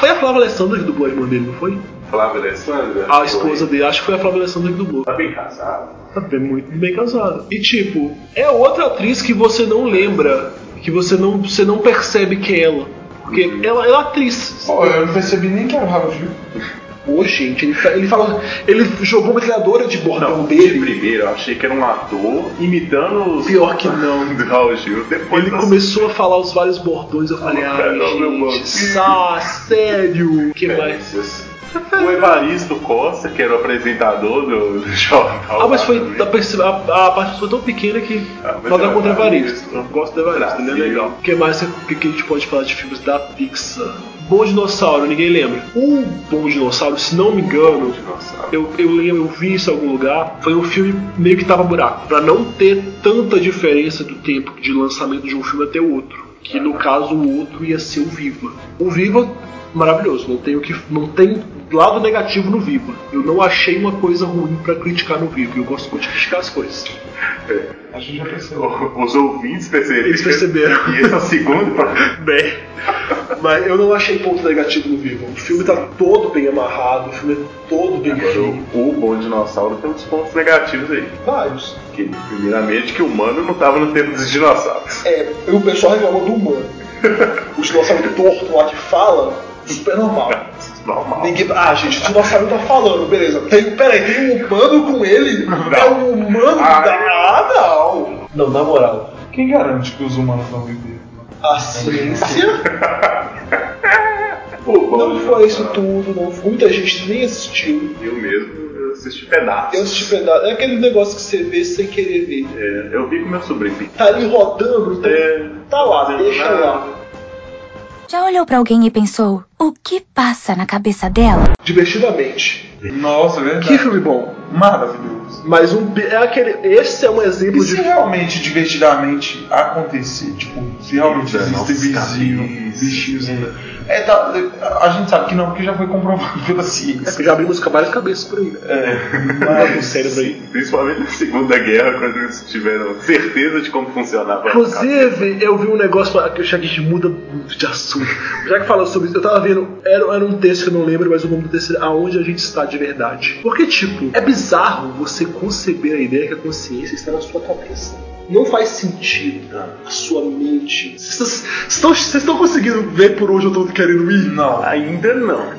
Foi a Flávia Alessandra que dublou a irmã dele, não foi?
Flávia Alessandra?
A esposa dele, acho que foi a Flávia Alessandra que dublou.
Tá bem casado.
Tá bem, muito bem casada. E tipo, é outra atriz que você não lembra, que você não, você não percebe que é ela. Porque ela, ela é atriz.
Pô, eu não percebi nem que era o Raul Gil.
Ô, gente, ele, fa- ele fala. Ele jogou uma criadora de bordão
De
dele.
um primeiro, eu achei que era um ator imitando os.
Pior que não.
Do Raul Gil. Depois
Ele
das-
começou a falar os vários bordões, eu falei,
Cara,
ai,
não, meu
gente,
mano.
sá, sério, que mais?
O Evaristo Costa, que era o apresentador do, do jornal.
Ah, mas foi,
lá também.
a, perce- a, a parte foi tão pequena que
Ah, mas
nada
era
contra Evaristo.
Evaristo.
Eu gosto do Evaristo, ele é
Brasil.
legal. O que mais que- que, que a gente pode falar de filmes da Pixar? Bom Dinossauro, ninguém lembra. O Bom Dinossauro, se não me engano, eu, eu lembro, eu vi isso em algum lugar, foi um filme meio que tava buraco, pra não ter tanta diferença do tempo de lançamento de um filme até o outro. Que no caso o outro ia ser o Viva. O Viva, maravilhoso, não tem o que. não tem lado negativo no Viva. Eu não achei uma coisa ruim pra criticar no Viva. Eu gosto muito de criticar as coisas.
A gente já percebeu.
O- Os ouvintes perceberam.
Eles perceberam.
E esse é o segundo. pra-
Bem. Mas eu não achei ponto negativo no Viva. O filme tá todo bem amarrado, o filme é todo bem
Agora,
feito.
o, o Bom Dinossauro tem uns pontos negativos aí.
Vários.
Que, primeiramente, que o humano não tava no tempo dos dinossauros.
É, e o pessoal reclamou do humano. O dinossauro torto lá que fala, super normal.
Normal.
Ninguém. Ah, gente, o dinossauro tá falando, beleza. Tem, peraí, tem um humano com ele? É um humano?
Ah,
da... ah não! Não, na moral.
Quem garante que os humanos vão viver?
A ciência
O Bom
não
Dinossauro.
foi isso tudo, não. Muita gente nem assistiu.
Eu mesmo eu assisti pedaços.
Eu assisti pedaço. É aquele negócio que você vê sem querer ver.
É, eu vi com meu sobrinho.
Tá ali rodando, então
É,
tá lá,
fazendo
deixa
nada.
lá.
Já olhou pra alguém e pensou: o que passa na cabeça dela?
Divertidamente.
Nossa, é verdade.
Que filme bom.
Maravilhoso.
Mas um. pe- É aquele. Esse é um
E
exemplo
se
de.
realmente, divertidamente, acontecer, tipo, se realmente
Nossa,
existem vizinhos,
cabeça.
bichinhos ainda. É, tá, a gente sabe que não, porque já foi comprovado pela ciência.
Já abrimos várias cabeças por aí, né?
É,
o um cérebro aí.
Principalmente na Segunda Guerra, quando eles tiveram certeza de como funcionava. a
Inclusive, eu vi um negócio que já que a gente muda muito de assunto. Já que falou sobre isso, eu tava vendo. Era, era um texto que eu não lembro, mas o nome do texto era Aonde a gente está de verdade. Porque, tipo, é bizarro você conceber a ideia que a consciência está na sua cabeça. Não faz sentido a sua mente. Vocês estão- vocês estão conseguindo ver por onde eu tô querendo ir?
Não.
Ainda não.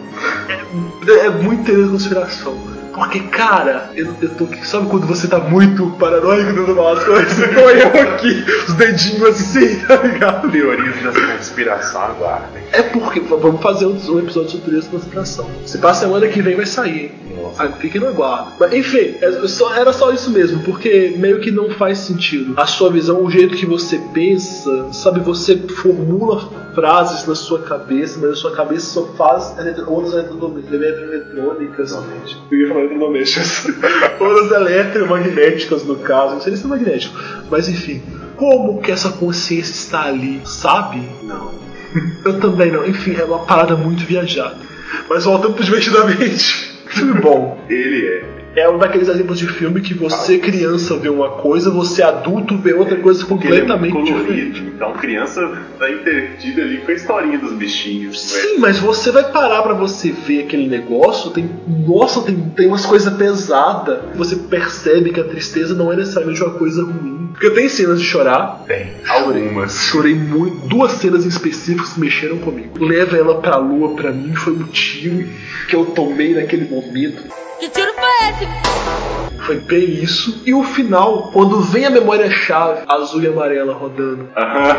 É muito teoria da conspiração. Porque, cara, eu, eu tô aqui. Sabe quando você tá muito paranoico dando falar as coisas? Então eu aqui, os dedinhos assim, tá ligado?
Teorias da conspiração aguardem.
É porque v- vamos fazer um, um episódio sobre teoria da conspiração. Se passa semana que vem vai sair, hein? Ah, fiquem no aguardo. Mas, enfim, é- só- era só isso mesmo, porque meio que não faz sentido. A sua visão, o jeito que você pensa, sabe, você formula frases na sua cabeça, mas a sua cabeça só faz eletro- ondas eletrodomi- eletrônicas. Eu ia falar eletrodomésticas. ondas eletromagnéticas, no caso. Não sei se é magnético, mas enfim. Como que essa consciência está ali, sabe?
Não.
Eu também não. Enfim, é uma parada muito viajada. Mas voltando pro divertidamente. Filme bom.
Ele é.
É um daqueles exemplos de filme que você, criança, vê uma coisa, você, adulto, vê outra coisa
Porque ele é muito
completamente
colorido.
diferente.
Então criança tá entretida ali com a historinha dos bichinhos. né?
Sim, mas você vai parar pra você ver aquele negócio, tem. Nossa, tem, tem umas coisas pesadas. Você percebe que a tristeza não é necessariamente uma coisa ruim. Porque tem cenas de chorar,
Tem. Algumas.
Chorei muito. Duas cenas em específico que mexeram comigo. Leva ela pra lua, pra mim, foi um tiro que eu tomei naquele momento.
Que tiro foi esse?
Foi bem isso. E o final, quando vem a memória-chave, azul e amarela rodando.
Aham.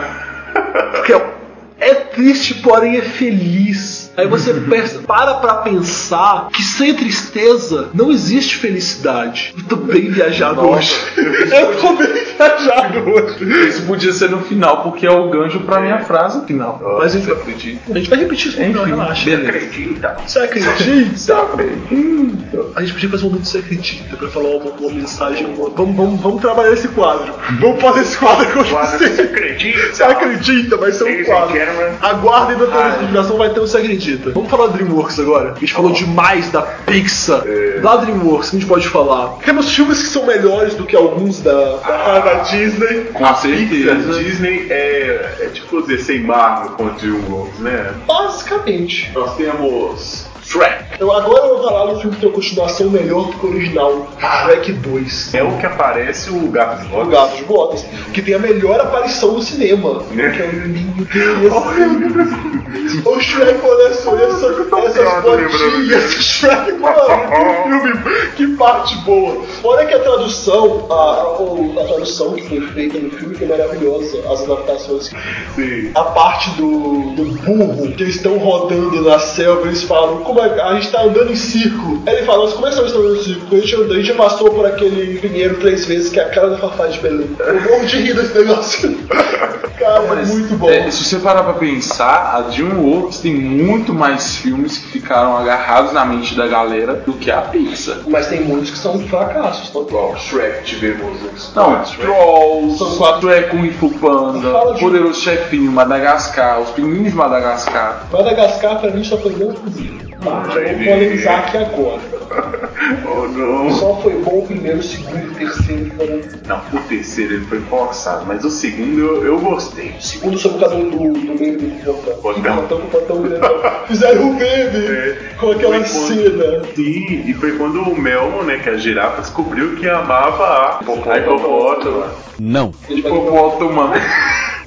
Porque é é triste, porém é feliz. Aí você
Uhum.
pensa, para pra pensar que sem tristeza não existe felicidade. Eu tô bem viajado hoje. Eu tô bem viajado hoje.
Isso podia ser no final, porque é o gancho pra minha frase final.
Mas enfim, a gente vai repetir isso no final, relaxa.
Beleza. Acredita.
Você acredita? Você acredita? A gente podia fazer um momento de você acredita pra falar uma, uma mensagem. uma- Vamos, vamos, vamos trabalhar esse quadro. Vamos fazer esse quadro
Quadro
acontecer.
Você Acredita.
Você acredita, vai ser um
Eles
quadro.
em camera.
Aguardem da televisão, vai ter um Você Acredita. Vamos falar da DreamWorks agora. A gente falou demais da Pixar, da DreamWorks, que a gente pode falar. Temos filmes que são melhores do que alguns da, da, da Disney.
Com certeza. Pixar, Disney é, é tipo dizer sem Marvel com DreamWorks, né?
Basicamente.
Nós temos Shrek.
Eu agora eu vou falar do filme que tem uma continuação melhor do que o original. Shrek 2.
É o que aparece o gato né? de
O
botas.
Gato de Botas, que tem a melhor aparição no cinema.
Né?
Que é o lindo que é O Shrek, olha só, olha só essas
Obrigado, lembrando
botinhas.
disso.
Shrek, mano, que filme, que parte boa. Olha que a tradução, a, o- a tradução que foi feita no filme foi maravilhosa, as adaptações.
Sim.
A parte do, do burro que eles estão rodando na selva, eles falam, como é, a gente tá andando em círculo. Aí ele fala, é nós começamos a andar tá em círculo, a gente, andou, a gente já passou por aquele pinheiro três vezes, que é a cara da Fafá de Belém. Eu morro de rir desse negócio. cara, é muito bom.
É, se você parar pra pensar, a DreamWorks tem muito mais filmes que ficaram agarrados na mente da galera do que a Pixar.
Mas tem muitos que são fracassos, tá?
Igual Shrek tivemos os
Não,
Shrek.
Trolls,
São quatro.
Shrek, Kung Fu Panda,
Fala de-
Poderoso Chefinho, Madagascar, Os Pinguins de Madagascar.
Madagascar pra mim só foi bom o primeiro. Tá, já vou polemizar aqui agora.
Oh, não.
Só foi bom o primeiro, o segundo e o terceiro foram. O
Não, o terceiro ele foi forçado, mas o segundo eu, eu gostei.
segundo sobre o caso do, do baby do Botão.
Botão.
Botão com o Botão grandão. Fizeram o baby
É,
com aquela
Foi quando-
cena.
Sim, e foi quando o Melmo, né, que é a girafa, descobriu que amava a a hipopótama.
Não.
Hipopótama.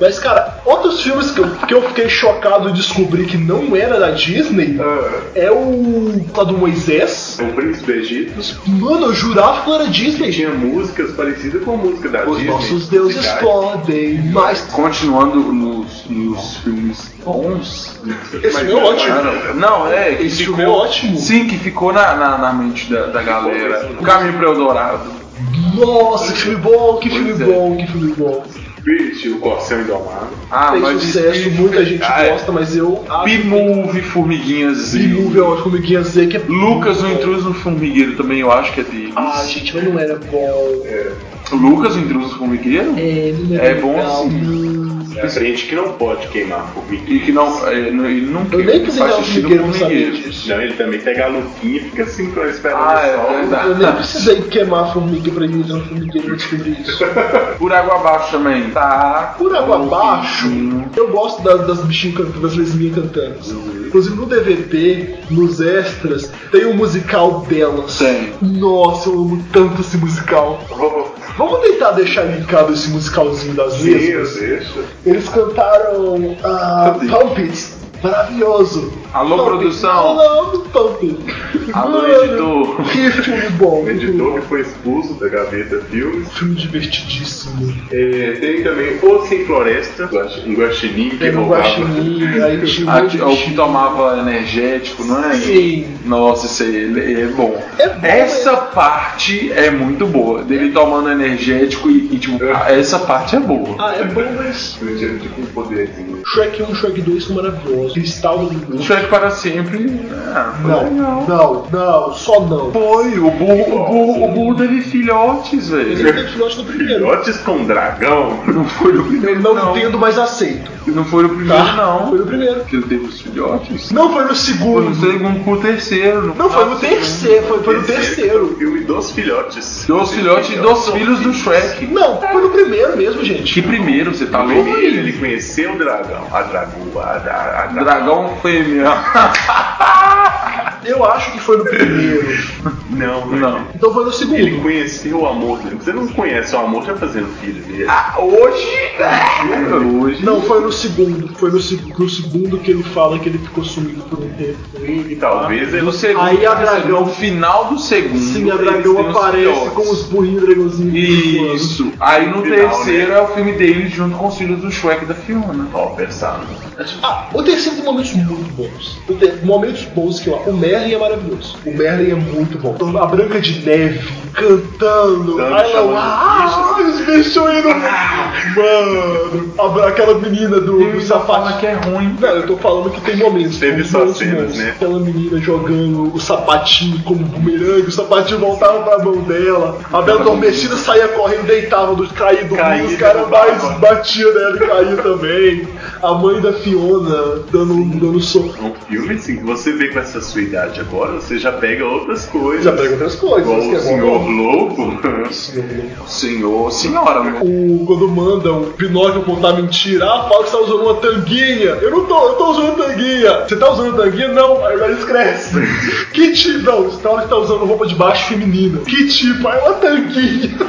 Mas, cara, outros filmes que eu, que eu fiquei chocado e descobri que não era da Disney
Ah.
é o. tá do Moisés.
O príncipe do Egito
Mano, eu jurava que não era Disney.
tinha músicas parecidas com a música da
Os
Disney.
nossos deuses
Cidade.
podem, mas.
Continuando nos, nos filmes bons.
Esse filme é ótimo.
Não, é, que
Esse
ficou,
filme é ótimo. né?
Sim, que ficou na, na, na mente da, da galera. O Caminho para Eldorado.
Nossa, que filme bom, que filme
Pois é.
bom, que filme bom.
Spirit, o Corcel Indomado.
Ah,
Fez
mas
sucesso,
Speed-
muita gente
Ah, é.
gosta, mas eu acho.
B-Movie, Formiguinha Z.
Bimove é uma formiguinha Z que é.
Lucas, o Intruso Formigueiro também eu acho que é deles.
Ah, gente, mas não era bom.
Lucas, o Intruso Formigueiro?
É, não era
É bom
legal,
assim.
não.
É a gente que não pode queimar
E
formiguinha.
que não. é, não- ele não
Eu
quer,
nem
ele
precisava
faz
de
xixi no
formigueiro, não sabia disso.
Não, ele também pega a luquinha e fica assim com a esperando
Ah,
o sol.
é
Eu nem
verdade.
precisei queimar a formiga pra ir entrar no formigueiro pra descobrir isso.
Por água abaixo também. Tá.
Por água
Um
abaixo,
bichinho.
eu gosto das, das bichinhas cantando, das lesbinhas cantando. Inclusive no DVD, nos extras, tem um musical delas.
Tem.
Nossa, eu amo tanto esse musical.
Oh,
Vamos tentar deixar linkado esse musicalzinho das
Sim, eu
lesbas?
deixo.
Eles cantaram ah, Pumpits. Maravilhoso.
Alô,
Pump It.
produção.
Alô, Pumpits.
Alô, editor.
Que filme bom.
O editor que foi expulso da gaveta filmes.
Filme divertidíssimo.
É, tem também O Sem Floresta, guax- um guaxinim que
Tem um
roubava.
guaxinim, aí tinha um
Ah,
monte
que- é o
de-
que tomava energético, não é?
Sim.
Nossa, isso aí ele é bom.
É bom,
essa parte é muito boa. Dele tomando energético e, e, tipo, ah, essa parte é boa.
Ah, é bom, mas...
Ele tinha, Tipo um
né?
poderzinho.
Shrek 1 e Shrek 2 são maravilhosos. Cristal do
O
Mundo.
Shrek para sempre. ah, foi
Não,
legal.
não, não, só não.
Foi, o burro, o burro, o burro teve filhotes,
Ele
velho.
não tem filhote do primeiro.
Filhotes com dragão.
Não foi o primeiro,
Não,
não.
entendo, mas aceito.
Não foi o primeiro,
Tá?
não.
Foi no primeiro.
Que ele teve os filhotes?
Não foi
Foi
no
no
segundo.
segundo pro terceiro.
Não, foi no terceiro. Foi, foi no
O
terceiro.
filme dos filhotes.
Dos filhotes e dos filhos do Shrek.
Não, foi no primeiro mesmo, gente.
Que primeiro, você tá
No
louco?
primeiro, ele conheceu um o dragão. A dragoa, a, a, a
Dragão fêmea.
Eu Eu acho que foi no primeiro.
Não, não.
Então foi no segundo.
Ele conheceu o amor dele. Você não conhece o amor já fazendo filho dele.
Ah, hoje? Ah, hoje. Não, foi no segundo. Foi no, seg- no segundo que ele fala que ele ficou sumido por um tempo.
E talvez ele.
No segundo,
Aí a dragão-
no final do segundo.
Sim, a
eles
dragão
têm os
aparece
filhotes.
com os burrinhos dragãozinhos.
um Isso. Aí no
Final,
terceiro é o filme dele junto com os filhos do Shrek e da Fiona.
Ó, pensado.
Ah, o terceiro tem momentos muito bons. O te- Momentos bons que, ó, o Merlin é maravilhoso. O Merlin é muito bom. A Branca de Neve cantando.
Dando,
Ai,
chamando
não, ah, os bichos indo.
Ah!
Mano, a bra- aquela menina do, do sapato. que é ruim. Não, eu tô falando que tem momentos.
Teve
tem
só
momentos
cenas,
bons.
né?
Aquela menina jogando o sapatinho como bumerangue, o sapatinho voltava pra mão dela. A Bela Adormecida saía correndo, deitava do caído,
Caía,
os caras
derrubava.
mais batia nela e caía também. A mãe da Fiona dando, dando soco.
É um filme assim que você vê com essa sua idade agora, você já pega outras coisas.
Já pega outras coisas,
Igual
isso que
o
é bom.
senhor louco.
Senhor, senhora, né?
O, quando mandam o Pinóquio contar mentira, ah, fala que você tá usando uma tanguinha. Eu não tô, eu tô usando tanguinha. Você tá usando tanguinha? Não, aí o nariz cresce. que tipo? Não, você tá, você tá usando roupa de baixo feminina. Que tipo? Aí uma tanguinha.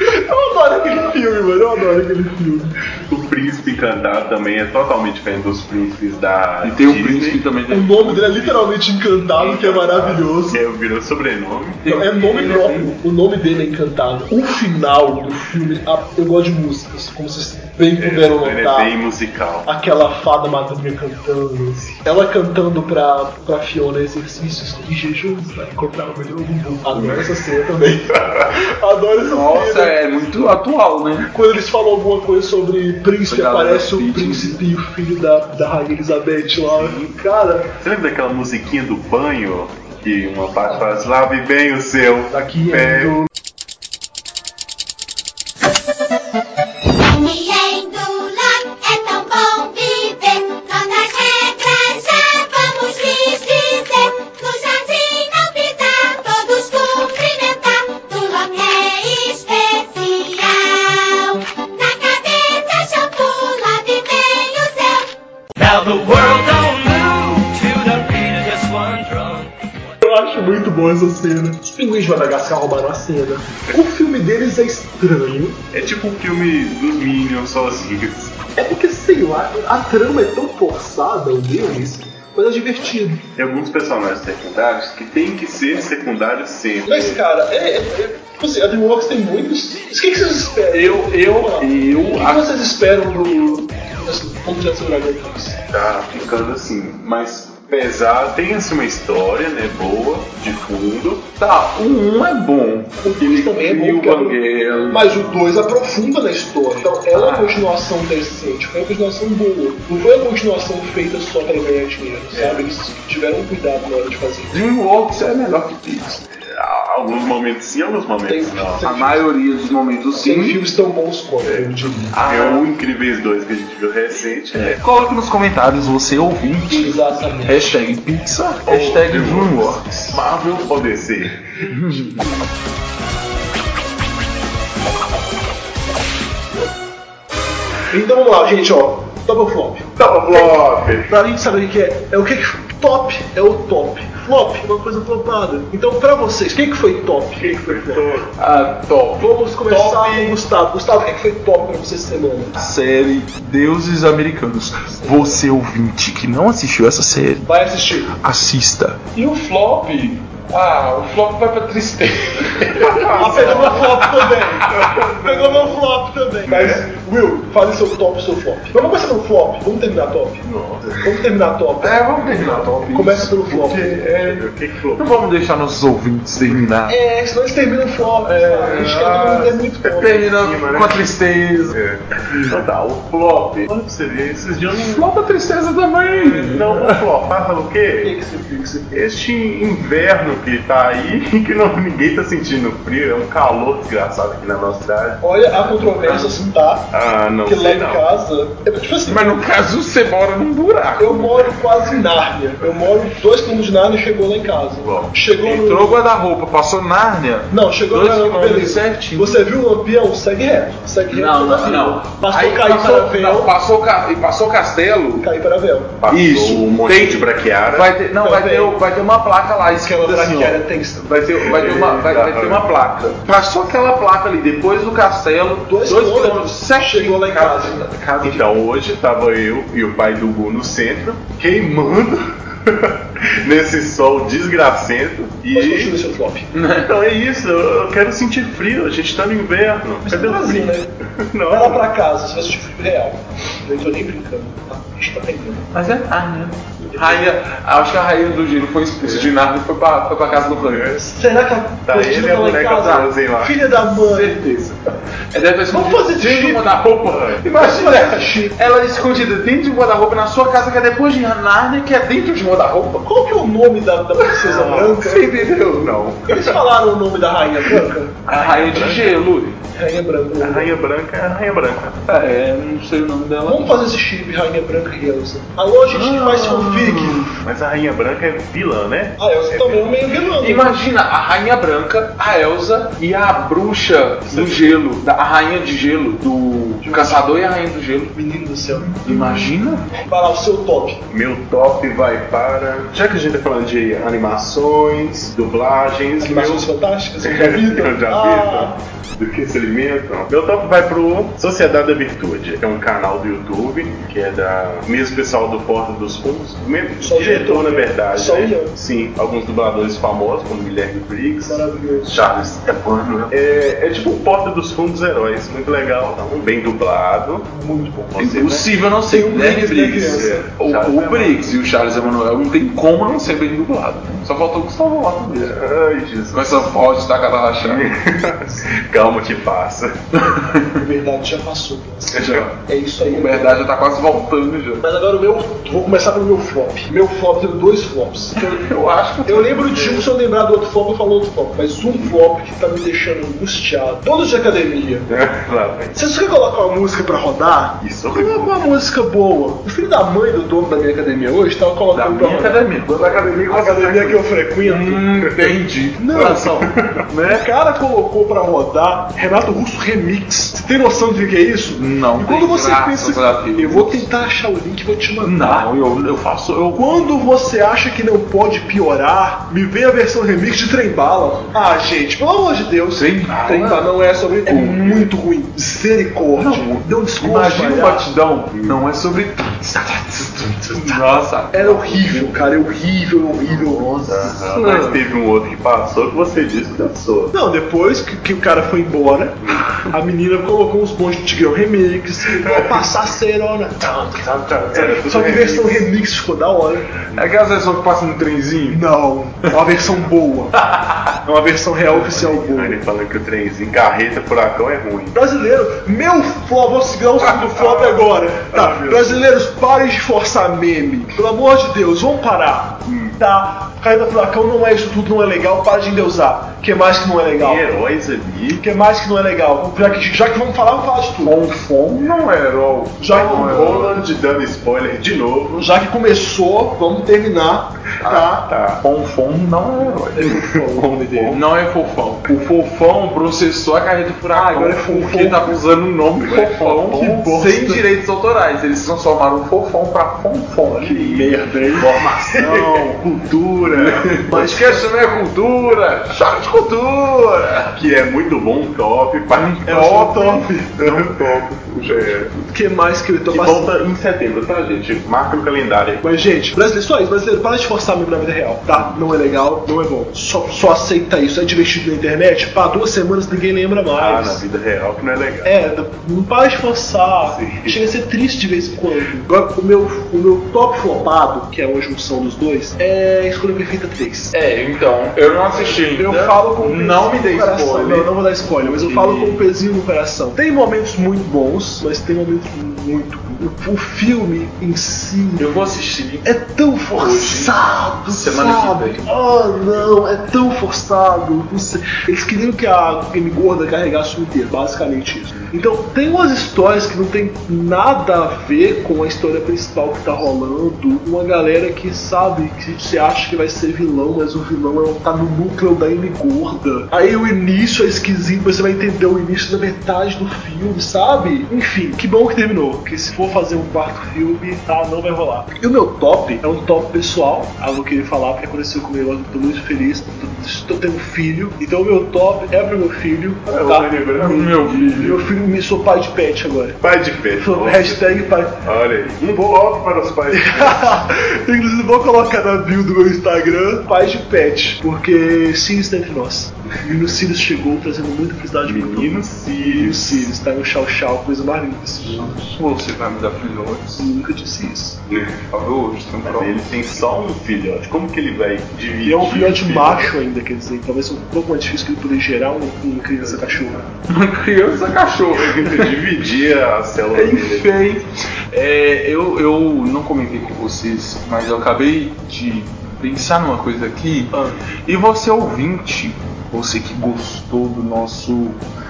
eu adoro aquele filme, mano. Eu adoro aquele filme.
O príncipe cantar também é totalmente diferente dos príncipes da.
E tem um
Disney,
príncipe também.
O nome dele é literalmente Encantado, que é maravilhoso.
Que é, virou sobrenome.
Não, é nome próprio. O nome dele é encantado. O final do filme, a- eu gosto de músicas, como vocês bem puderam
Ele é
notar.
bem musical.
Aquela fada madrinha cantando, ela cantando pra, pra Fiona exercícios e jejum pra encontrar o melhor bumbum. Adoro essa cena também. Adoro essa
Nossa,
cena.
é muito atual, né?
Quando eles falam alguma coisa sobre príncipe,
Cuidado
aparece
da
o
Peach,
príncipe e o filho da, da Rainha Elizabeth lá. Cara,
Você lembra daquela musiquinha do banho? Que uma parte faz, lave bem o seu.
Daqui
é.
do-
Ninguém do lar é tão bom viver. Nossas regras já vamos lhes dizer. No jardim não pisar, todos cumprimentar. Tulop é especial. Na cabeça shampoo, lave bem o céu.
Now the world don't move to the beat of this one drum.
Eu acho muito boa essa cena. Os pinguins de Madagascar roubaram a cena. O filme deles é estranho.
É tipo um filme dos Minions sozinhos.
É porque, sei lá, a trama é tão forçada, o deles, mas é divertido.
Tem alguns personagens secundários que tem que ser secundários sempre.
Mas, cara, é. é, é tipo assim, a Dreamworks tem muitos. O que, que vocês esperam?
Eu, eu,
O que,
eu.
que vocês esperam do. do Projeto Seu Dragão 3?
Tá ficando assim, mas pesado. Tem assim uma história, né? Boa, de fundo. um
Tá, o 1 é bom.
O filme também é
E
bom,
o
porque-
Banguelo.
mas o 2 aprofunda na história. Então, ela é uma continuação decente, foi uma continuação boa. Não foi uma continuação feita só pra ganhar dinheiro, sabe? Eles tiveram um cuidado na hora de fazer.
Dreamworks é melhor que Pixar.
Alguns momentos sim, alguns
Tem,
momentos não.
A maioria dos momentos
tem
sim.
filmes tão bons quanto, eu diria.
Ah, é o Incríveis 2 que a gente viu recente. É.
Coloque nos comentários você ouvinte.
Exatamente.
Hashtag Pixar, hashtag
Ou
Dreamworks.
Marvel ou DC?
Então vamos lá, gente, ó. Double flop.
Tá, flop!
Pra gente saber o que é, é o que, que top é o top. Flop é uma coisa flopada. Então, pra vocês, o que, que foi top? O que, que foi flop?
Ah, top.
Vamos começar com o Gustavo. Gustavo, o que, que foi top pra você essa semana?
Série Deuses Americanos. Você ouvinte que não assistiu essa série,
Vai assistir.
assista.
E o flop? Ah, o flop vai pra tristeza. ah, pegou meu flop também. Pegou meu flop também. Mas, Will, fale seu top, seu flop. Vamos começar pelo flop. Vamos terminar top. Vamos terminar top.
É, vamos terminar, top.
Começa pelo flop.
Porque, é,
O que que foi?
não vamos deixar nossos ouvintes terminar.
É, senão eles terminam flop. É, a gente
ah,
quer muito flop.
Termina
é,
cima, né?
com a tristeza.
É. Então tá, o flop. Olha pra você ver, esses dias eu não.
Flop é a tristeza também.
Não, vou flopar, sabe o quê?
Fixe, fixe.
Este inverno que tá aí, que não, ninguém tá sentindo frio, é um calor desgraçado aqui na nossa cidade.
Olha, há controvérsias, tá?
Ah, não
que lá
sei
em
não.
casa. Eu, tipo assim,
Mas no caso você mora num buraco.
Eu moro quase em Nárnia. Eu moro dois quilômetros de Nárnia e chegou lá em casa. chegou no-
Entrou guarda-roupa, passou Nárnia.
Não, chegou
Dois
na
quilômetros
beleza. Você viu o Lampião? Segue reto. Segue reto.
Não,
toda a
não,
fila.
não.
Passou
Aí
Caí
passou-
para Véu.
não, passou Ca- e passou Castelo.
Caí para Véu.
Passou
Isso,
um monte
tem-
de braquiara.
Vai ter, não, vai ter, vai ter uma placa lá escrita assim, ó.
braquiária tensa.
Vai ter, vai ter uma, vai, vai ter uma placa. Passou aquela placa ali, depois do castelo, dois, quilômetros, sete
Chegou lá em casa.
Então hoje tava eu e o pai do Gu no centro, queimando nesse sol desgracento. E...
continua seu flop.
Então é isso, eu eu quero sentir frio, a gente tá no inverno. Cadê o
Brasil,
frio?
né? Vai lá pra casa, você vai sentir frio real. Eu não tô nem brincando. A gente tá pegando.
Mas é Narnia. Rainha, acho que a rainha do giro foi expulsa de Narnia e foi pra, foi pra casa do Rangers.
Será que a
Tá,
Cristina
ele é a
lá em
boneca
casa?
rosa, hein, lá.
Filha da mãe.
Certeza. Ela É, deve estar
Vamos fazer
dentro de um guarda-roupa. Imagina ela escondida dentro de um guarda-roupa na sua casa, que é depois de Narnia, que é dentro de um guarda-roupa.
Qual que é o nome da, da princesa branca?
Você entendeu?
Não.
Eles falaram o nome da rainha branca?
A rainha de gelo.
Rainha branca.
A rainha branca é a rainha branca.
É, não sei o nome dela.
Vamos fazer esse chip, rainha branca e Elsa. Alô, gente que um faz
Ah.
fanfic.
Mas a rainha branca é vilã, né?
A Elsa também é meio vilã. né?
Imagina a Rainha Branca, a Elsa e a bruxa do gelo, da, a Rainha de Gelo, do do Caçador e a Rainha do Gelo.
Menino do céu.
Imagina?
Vai lá, o seu top.
Meu top vai para. Já que a gente tá falando de animações, dublagens, meu
Animações fantásticas, eu já vi.
Eu já
Ah,
vi. então. Do que se alimentam? Meu top vai pro Sociedade da Virtude, que é um canal do YouTube, que é da mesmo pessoal do Porta dos Fundos, do mesmo
Só o
diretor,
diretor,
na
né?
verdade.
Só o
né?
Ian.
Sim, alguns dubladores famosos, como Guilherme Briggs,
Maravilhoso.
Charles Taguano. É, é tipo o Porta dos Fundos Heróis, muito legal, tá? bem dublado.
Muito bom. né?
Você
Impossível É não ser
Tem um
Guilherme
Briggs,
Briggs.
né,
criança?
O,
Charles
o
Emanuel.
Briggs e o Charles Emanuel não tem como não ser bem dublado. Só faltou o Gustavo Lopes mesmo.
Ai, Jesus.
Com essa voz da Catarachana.
Calma que passa.
Na verdade, já passou. Blas.
Já.
É isso aí.
Na verdade, já tá quase voltando já.
Mas agora o meu. Vou começar pelo meu flop. Meu flop tem dois flops.
Eu acho que
Eu lembro de um, se eu lembrar do outro flop, eu falo outro flop. Mas um flop que tá me deixando angustiado. Todos de academia.
Lá vem.
Vocês querem colocar uma música pra rodar?
Isso é
Coloca
horrível.
uma música boa. O filho da mãe do dono da minha academia hoje tava
da
colocando pra
minha
rodar.
academia.
Da academia
A academia que eu frequento.
Hum, entendi.
Não, né? O cara colocou pra rodar Renato Russo Remix. Você tem noção do que é isso?
Não
E quando
tem
você
graças
pensa.
a Deus.
Eu vou tentar achar o link e vou te mandar.
Não, eu, eu faço. Eu
Quando você acha que não pode piorar, me vem a versão remix de Trembala. Ah, gente, pelo amor de Deus.
Trembala?
Trembala não é sobre. É muito ruim. Misericórdia.
Não,
Deu um desconto.
Imagina o
palhaço.
batidão. Não é sobre. Nossa.
Era horrível, cara. É horrível, horrível. Nossa.
Ah, mas teve um outro que passou que você disse que dançou.
Não, depois que, que o cara foi embora, a menina colocou uns bons de Tigrão Remix, vou passar cerona. tá,
Era tudo
Só que a
remix.
versão remix ficou da hora.
É aquela versão que passa no trenzinho?
Não, é uma versão boa. É uma versão real oficial
Aí
boa.
Ele falando que o trenzinho carreta furacão é ruim.
Brasileiro, meu flop, vou segurar o segundo flop agora. Tá, brasileiros, parem de forçar meme. Pelo amor de Deus, vamos parar. Tá, Caída Furacão não é isso tudo, não é legal, para de endeusar. O que mais que não é legal?
Tem heróis
O
ali.
que mais que não é legal? Já que, já que vamos falar, vamos falar de tudo.
Fonfon não é herói.
Já
Tá O
não é
Roland dando spoiler de novo.
Já que começou, vamos terminar, tá?
Tá.
Fonfon não é herói.
O nome dele.
Não é fofão. O fofão processou a carreira do furacão.
Ah, agora é fofão.
Porque tá usando o nome
Agora é
fofão,
fofão, que bosta.
sem direitos autorais. Eles transformaram o fofão pra fonfon.
Que merda, hein?
Formação, cultura. Mas esquece também a cultura. Choque de cultura.
Que é muito bom, top.
É um
top. É um top. É.
O que mais que eu tô
Que
passando?
volta em setembro, tá, gente? Marca no calendário aí.
Mas, gente, brasileiro, só isso, brasileiro, para de forçar meme na vida real, tá? Não é legal, não é bom. Só, só aceita isso. É divertido na internet? Pá, duas semanas ninguém lembra
Ah, na
mais.
vida real que não é legal.
é, não para de forçar.
Sim.
Chega a ser triste de vez em quando. Agora, o meu, o meu top flopado, que é uma junção dos dois, é Escolha Perfeita 3.
É, então, eu não assisti ainda.
Eu falo com um pezinho
Não me dê
no coração.
spoiler.
Não, não vou dar spoiler, mas eu
E-
falo com um pezinho no coração. Tem momentos muito bons, mas tem momentos muito. O, o filme em si
Eu vou assistir.
é tão forçado,
Semana
sabe?
que
Oh, não, é tão forçado. não sei. Eles queriam que a Game Gorda carregasse o inteiro, basicamente isso. Então, tem umas histórias que não tem nada a ver com a história principal que tá rolando. Uma galera que sabe, que você acha que vai ser vilão, mas o vilão é- tá no núcleo da Game Gorda. Aí o início é esquisito, mas você vai entender o início da metade do filme, sabe? Enfim, que bom que terminou. Porque se for fazer um quarto filme, tá, não vai rolar. E o meu top é um top pessoal, algo que eu queria falar, porque aconteceu comigo, eu tô muito feliz. tô- Estou tendo um filho, então o meu top é pro meu filho.
É o meu- é o meu filho.
Meu filho me sou pai de pet agora.
Pai de pé.
Sou hashtag pai.
Olha aí. Um bom alto para os pais.
Inclusive vou colocar na bio do meu Instagram pai de pet, porque Sirius está entre nós. E o Sirius chegou trazendo muita felicidade para Menino Sirius. Sirius tá no chau chau, coisa mais linda.
Você vai me dar filhotes?
Nunca disse isso.
Falou, hoje tem prova.
Ele tem só um filhote. Como que ele vai dividir?
E é um filhote
filho?
macho ainda, quer dizer, talvez seja um pouco mais difícil que ele poder gerar um- uma criança cachorro.
Uma criança cachorro.
Dividir a célula dele.
Enfim, é, eu, eu não comentei com vocês, mas eu acabei de pensar numa coisa aqui. E você ouvinte, você que gostou do nosso,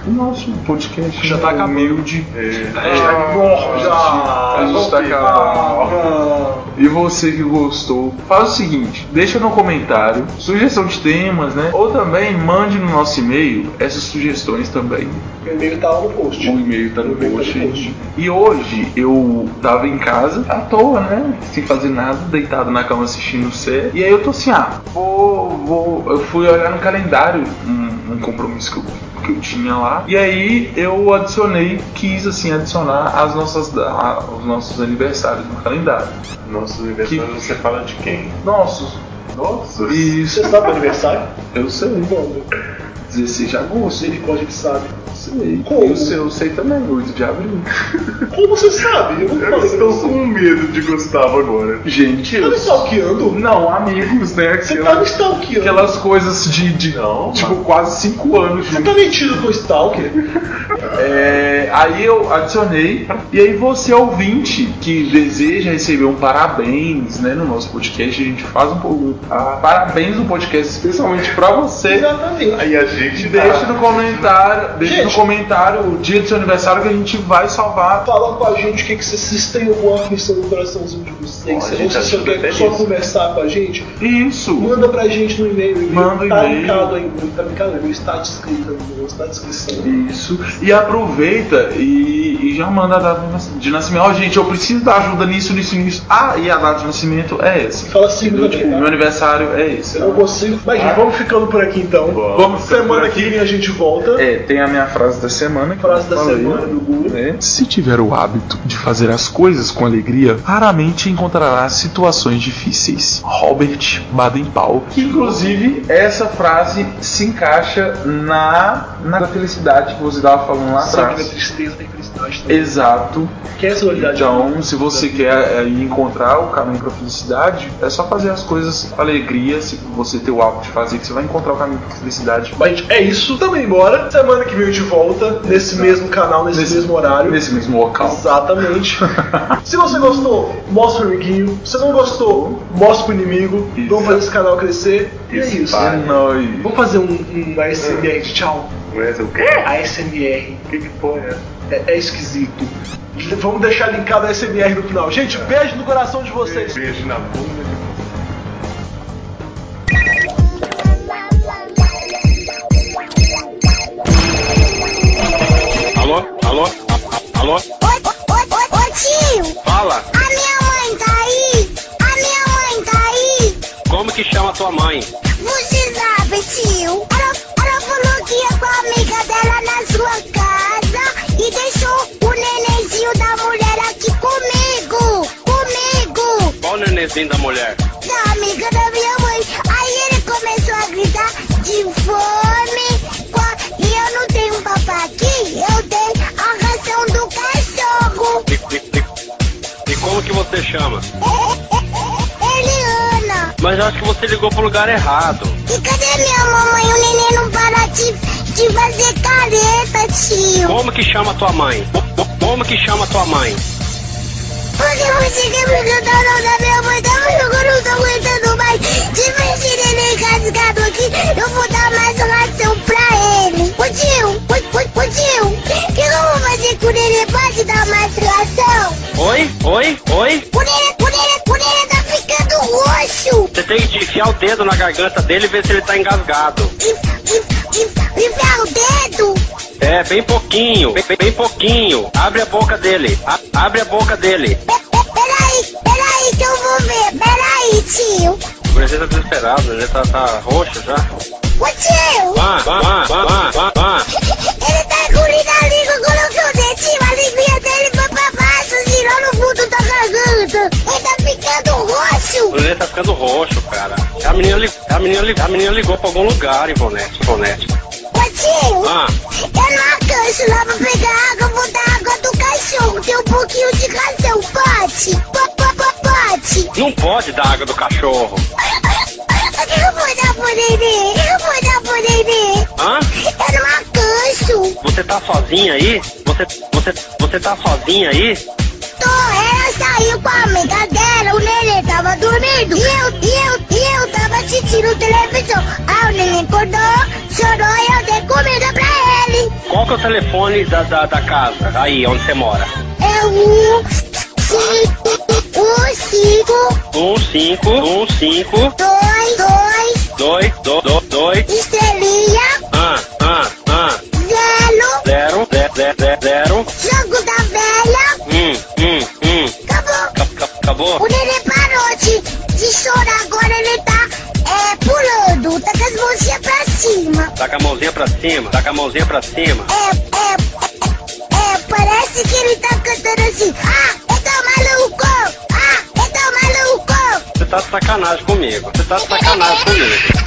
do nosso podcast, já tá humilde.
É,
Ah,
já-
tá a gente tá acabando. E você que gostou, faz o seguinte, deixa no comentário sugestão de temas, né? Ou também mande no nosso e-mail essas sugestões também.
Meu e-mail tá lá no post.
O e-mail tá no
e-mail tá no
post. aí. E hoje eu tava em casa, à toa, né? Sem fazer nada, deitado na cama assistindo série. E aí eu tô assim, ah, vou. vou... Eu fui olhar no calendário um, um compromisso que eu, que eu tinha lá. E aí eu adicionei, quis assim, adicionar as nossas, da- a- os nossos aniversários no calendário.
Nossos aniversários, você fala de quem?
Nossos. Nossos? Isso.
Você sabe o aniversário?
Eu sei.
Quando?
16 de agosto.
Misericórdia que sabe.
Sei.
Como?
E o seu, eu sei também, 8 de abril.
Como você sabe? Eu não
Eu
falei pra
estou
você.
com medo de Gustavo agora.
Gente, eu
Tá me stalkeando?
Não, amigos, né?
Você
Aquela-
tá me stalkeando.
Aquelas coisas de, de
Não,
tipo, quase cinco anos.
Você tá metido com o Stalker?
É, aí eu adicionei. E aí você, ouvinte, que deseja receber um parabéns, né? No nosso podcast, a gente faz um pouco. ah, Parabéns no podcast, especialmente pra você.
Exatamente.
Aí a gente
Deixa
tá-
no comentário, deixa no
Gente.
comentário o dia do seu aniversário que a gente vai salvar.
Fala com a gente o que, que vocês vocês têm alguma aflição no coraçãozinho de vocês.
Ó, a
Se
gente
você só
ajuda
quer
até
só
nisso.
conversar com a gente,
Isso.
manda pra gente no e-mail. O e-mail
Manda o
tá
e-mail.
linkado ainda. Tá linkado ainda. Está descrito ainda. Está na descrição.
Isso. E aproveita e, e já manda a data de nascimento. Ó, gente, eu preciso da ajuda nisso, nisso, nisso. Ah, e a data de nascimento é essa.
Fala assim, meu
Entendeu? Tipo, meu aniversário é esse.
Eu não consigo. Mas gente, vamos ficando por aqui então.
Vamos.
Semana que vem a gente volta.
É, tem a minha frase da semana. Que
Frase
eu
da
falei,
semana do Google.
né? Se tiver o hábito de fazer as coisas com alegria, raramente encontrará situações difíceis. Robert Baden-Powell. Que, inclusive, essa frase se encaixa na, na felicidade que você estava falando lá
Tá? Sabe da
atrás.
tristeza, tem felicidade também.
Exato.
Que é a solidariedade.
Então, se você quer é, encontrar o caminho para felicidade, é só fazer as coisas com alegria. Se você ter o hábito de fazer, que você vai encontrar o caminho para felicidade.
Mas gente, é isso. Tamo indo embora. Semana que vem a gente volta. Nesse
Exato.
mesmo canal, nesse, mesmo horário.
Nesse mesmo local.
Exatamente. Se você gostou, mostra pro amiguinho. Se não gostou, mostra pro inimigo.
Isso.
Vamos fazer esse canal crescer. E é isso.
É nóis.
Vamos fazer um, um ASMR de tchau?
Mas o quê?
ASMR.
Que que porra é essa?
É, é esquisito. Vamos deixar linkado a ASMR no final. Gente, beijo no coração de vocês.
Beijo na bunda de vocês.
Alô? Alô? Alô?
Oi, oi, oi, oi, tio!
Fala!
A minha mãe tá aí! A minha mãe tá aí!
Como que chama tua mãe?
Você sabe, tio? Ela, ela falou que ia com a amiga dela na sua casa e deixou o nenenzinho da mulher aqui comigo! Comigo!
Qual o nenenzinho da mulher?
Da amiga da minha mãe! Aí ele começou a gritar de fome qua- e eu não tenho papá aqui, eu dei a ração do cachorro!
E, e- e- e como que você chama?
Eliana!
Mas eu acho que você ligou pro lugar errado.
E cadê minha mamãe? O neném não para de, de fazer careta, tio.
Como que chama tua mãe? Co- Como que chama tua mãe?
Porque você quer me cantar o nome da minha mãe? Tá me jogando, eu não tô aguentando mais. um tá
além de enfiar o dedo na garganta dele e ver se ele tá engasgado.
Enfiar o dedo?
É, bem pouquinho, bem, bem pouquinho. Abre a boca dele, a- abre a boca dele.
Peraí, peraí que eu vou ver. Peraí, tio.
O Brasil tá desesperado, ele tá, tá roxo já.
Ô, tio.
Vá, vá, vá, vá, vá, vá.
Ele tá engolindo a língua, colocou o dentinho, a linguinha dele foi pra baixo, girou no fundo da garganta. Ele tá ficando
O
roxo.
Lelê tá ficando roxo, cara. A menina, li- a menina, li- a menina ligou pra algum lugar, Ivonete. Ivonete.
Ô, tio.
Ah,
Eu não alcanço lá pra pegar água, vou dar água do cachorro. Tem um pouquinho de razão, pode? Po- po- po- Pode?
não pode dar água do cachorro.
Eu vou dar por ele, eu vou dar por ele.
Hã?
Eu não alcanço.
Você tá sozinha aí? Você, você, você tá sozinha aí?
Tô, ela saiu com a amiga dela, o neném tava dormindo. E eu, e eu, e eu tava assistindo televisão. Ah, o neném acordou, chorou e eu dei comida pra ele.
Qual que é o telefone da, da, da casa? Aí, onde você mora?
É um, cinco, um, cinco,
1, 5, 1, 5,
dois, dois,
2, 2, 2,
estrelinha,
ah, ah, ah,
zero,
0, 0, 0, 0,
jogo da velha.
1, 1, 1.
Acabou.
Acabou?
O neném parou de, de chorar, agora ele tá é, pulando, tá com as mãozinhas pra cima.
Tá com a mãozinha pra cima, tá com a mãozinha pra cima.
É, parece que ele tá cantando assim. Ah, eu tô maluco! Ah, eu tô maluco!
Você tá de sacanagem comigo. Você tá de sacanagem comigo.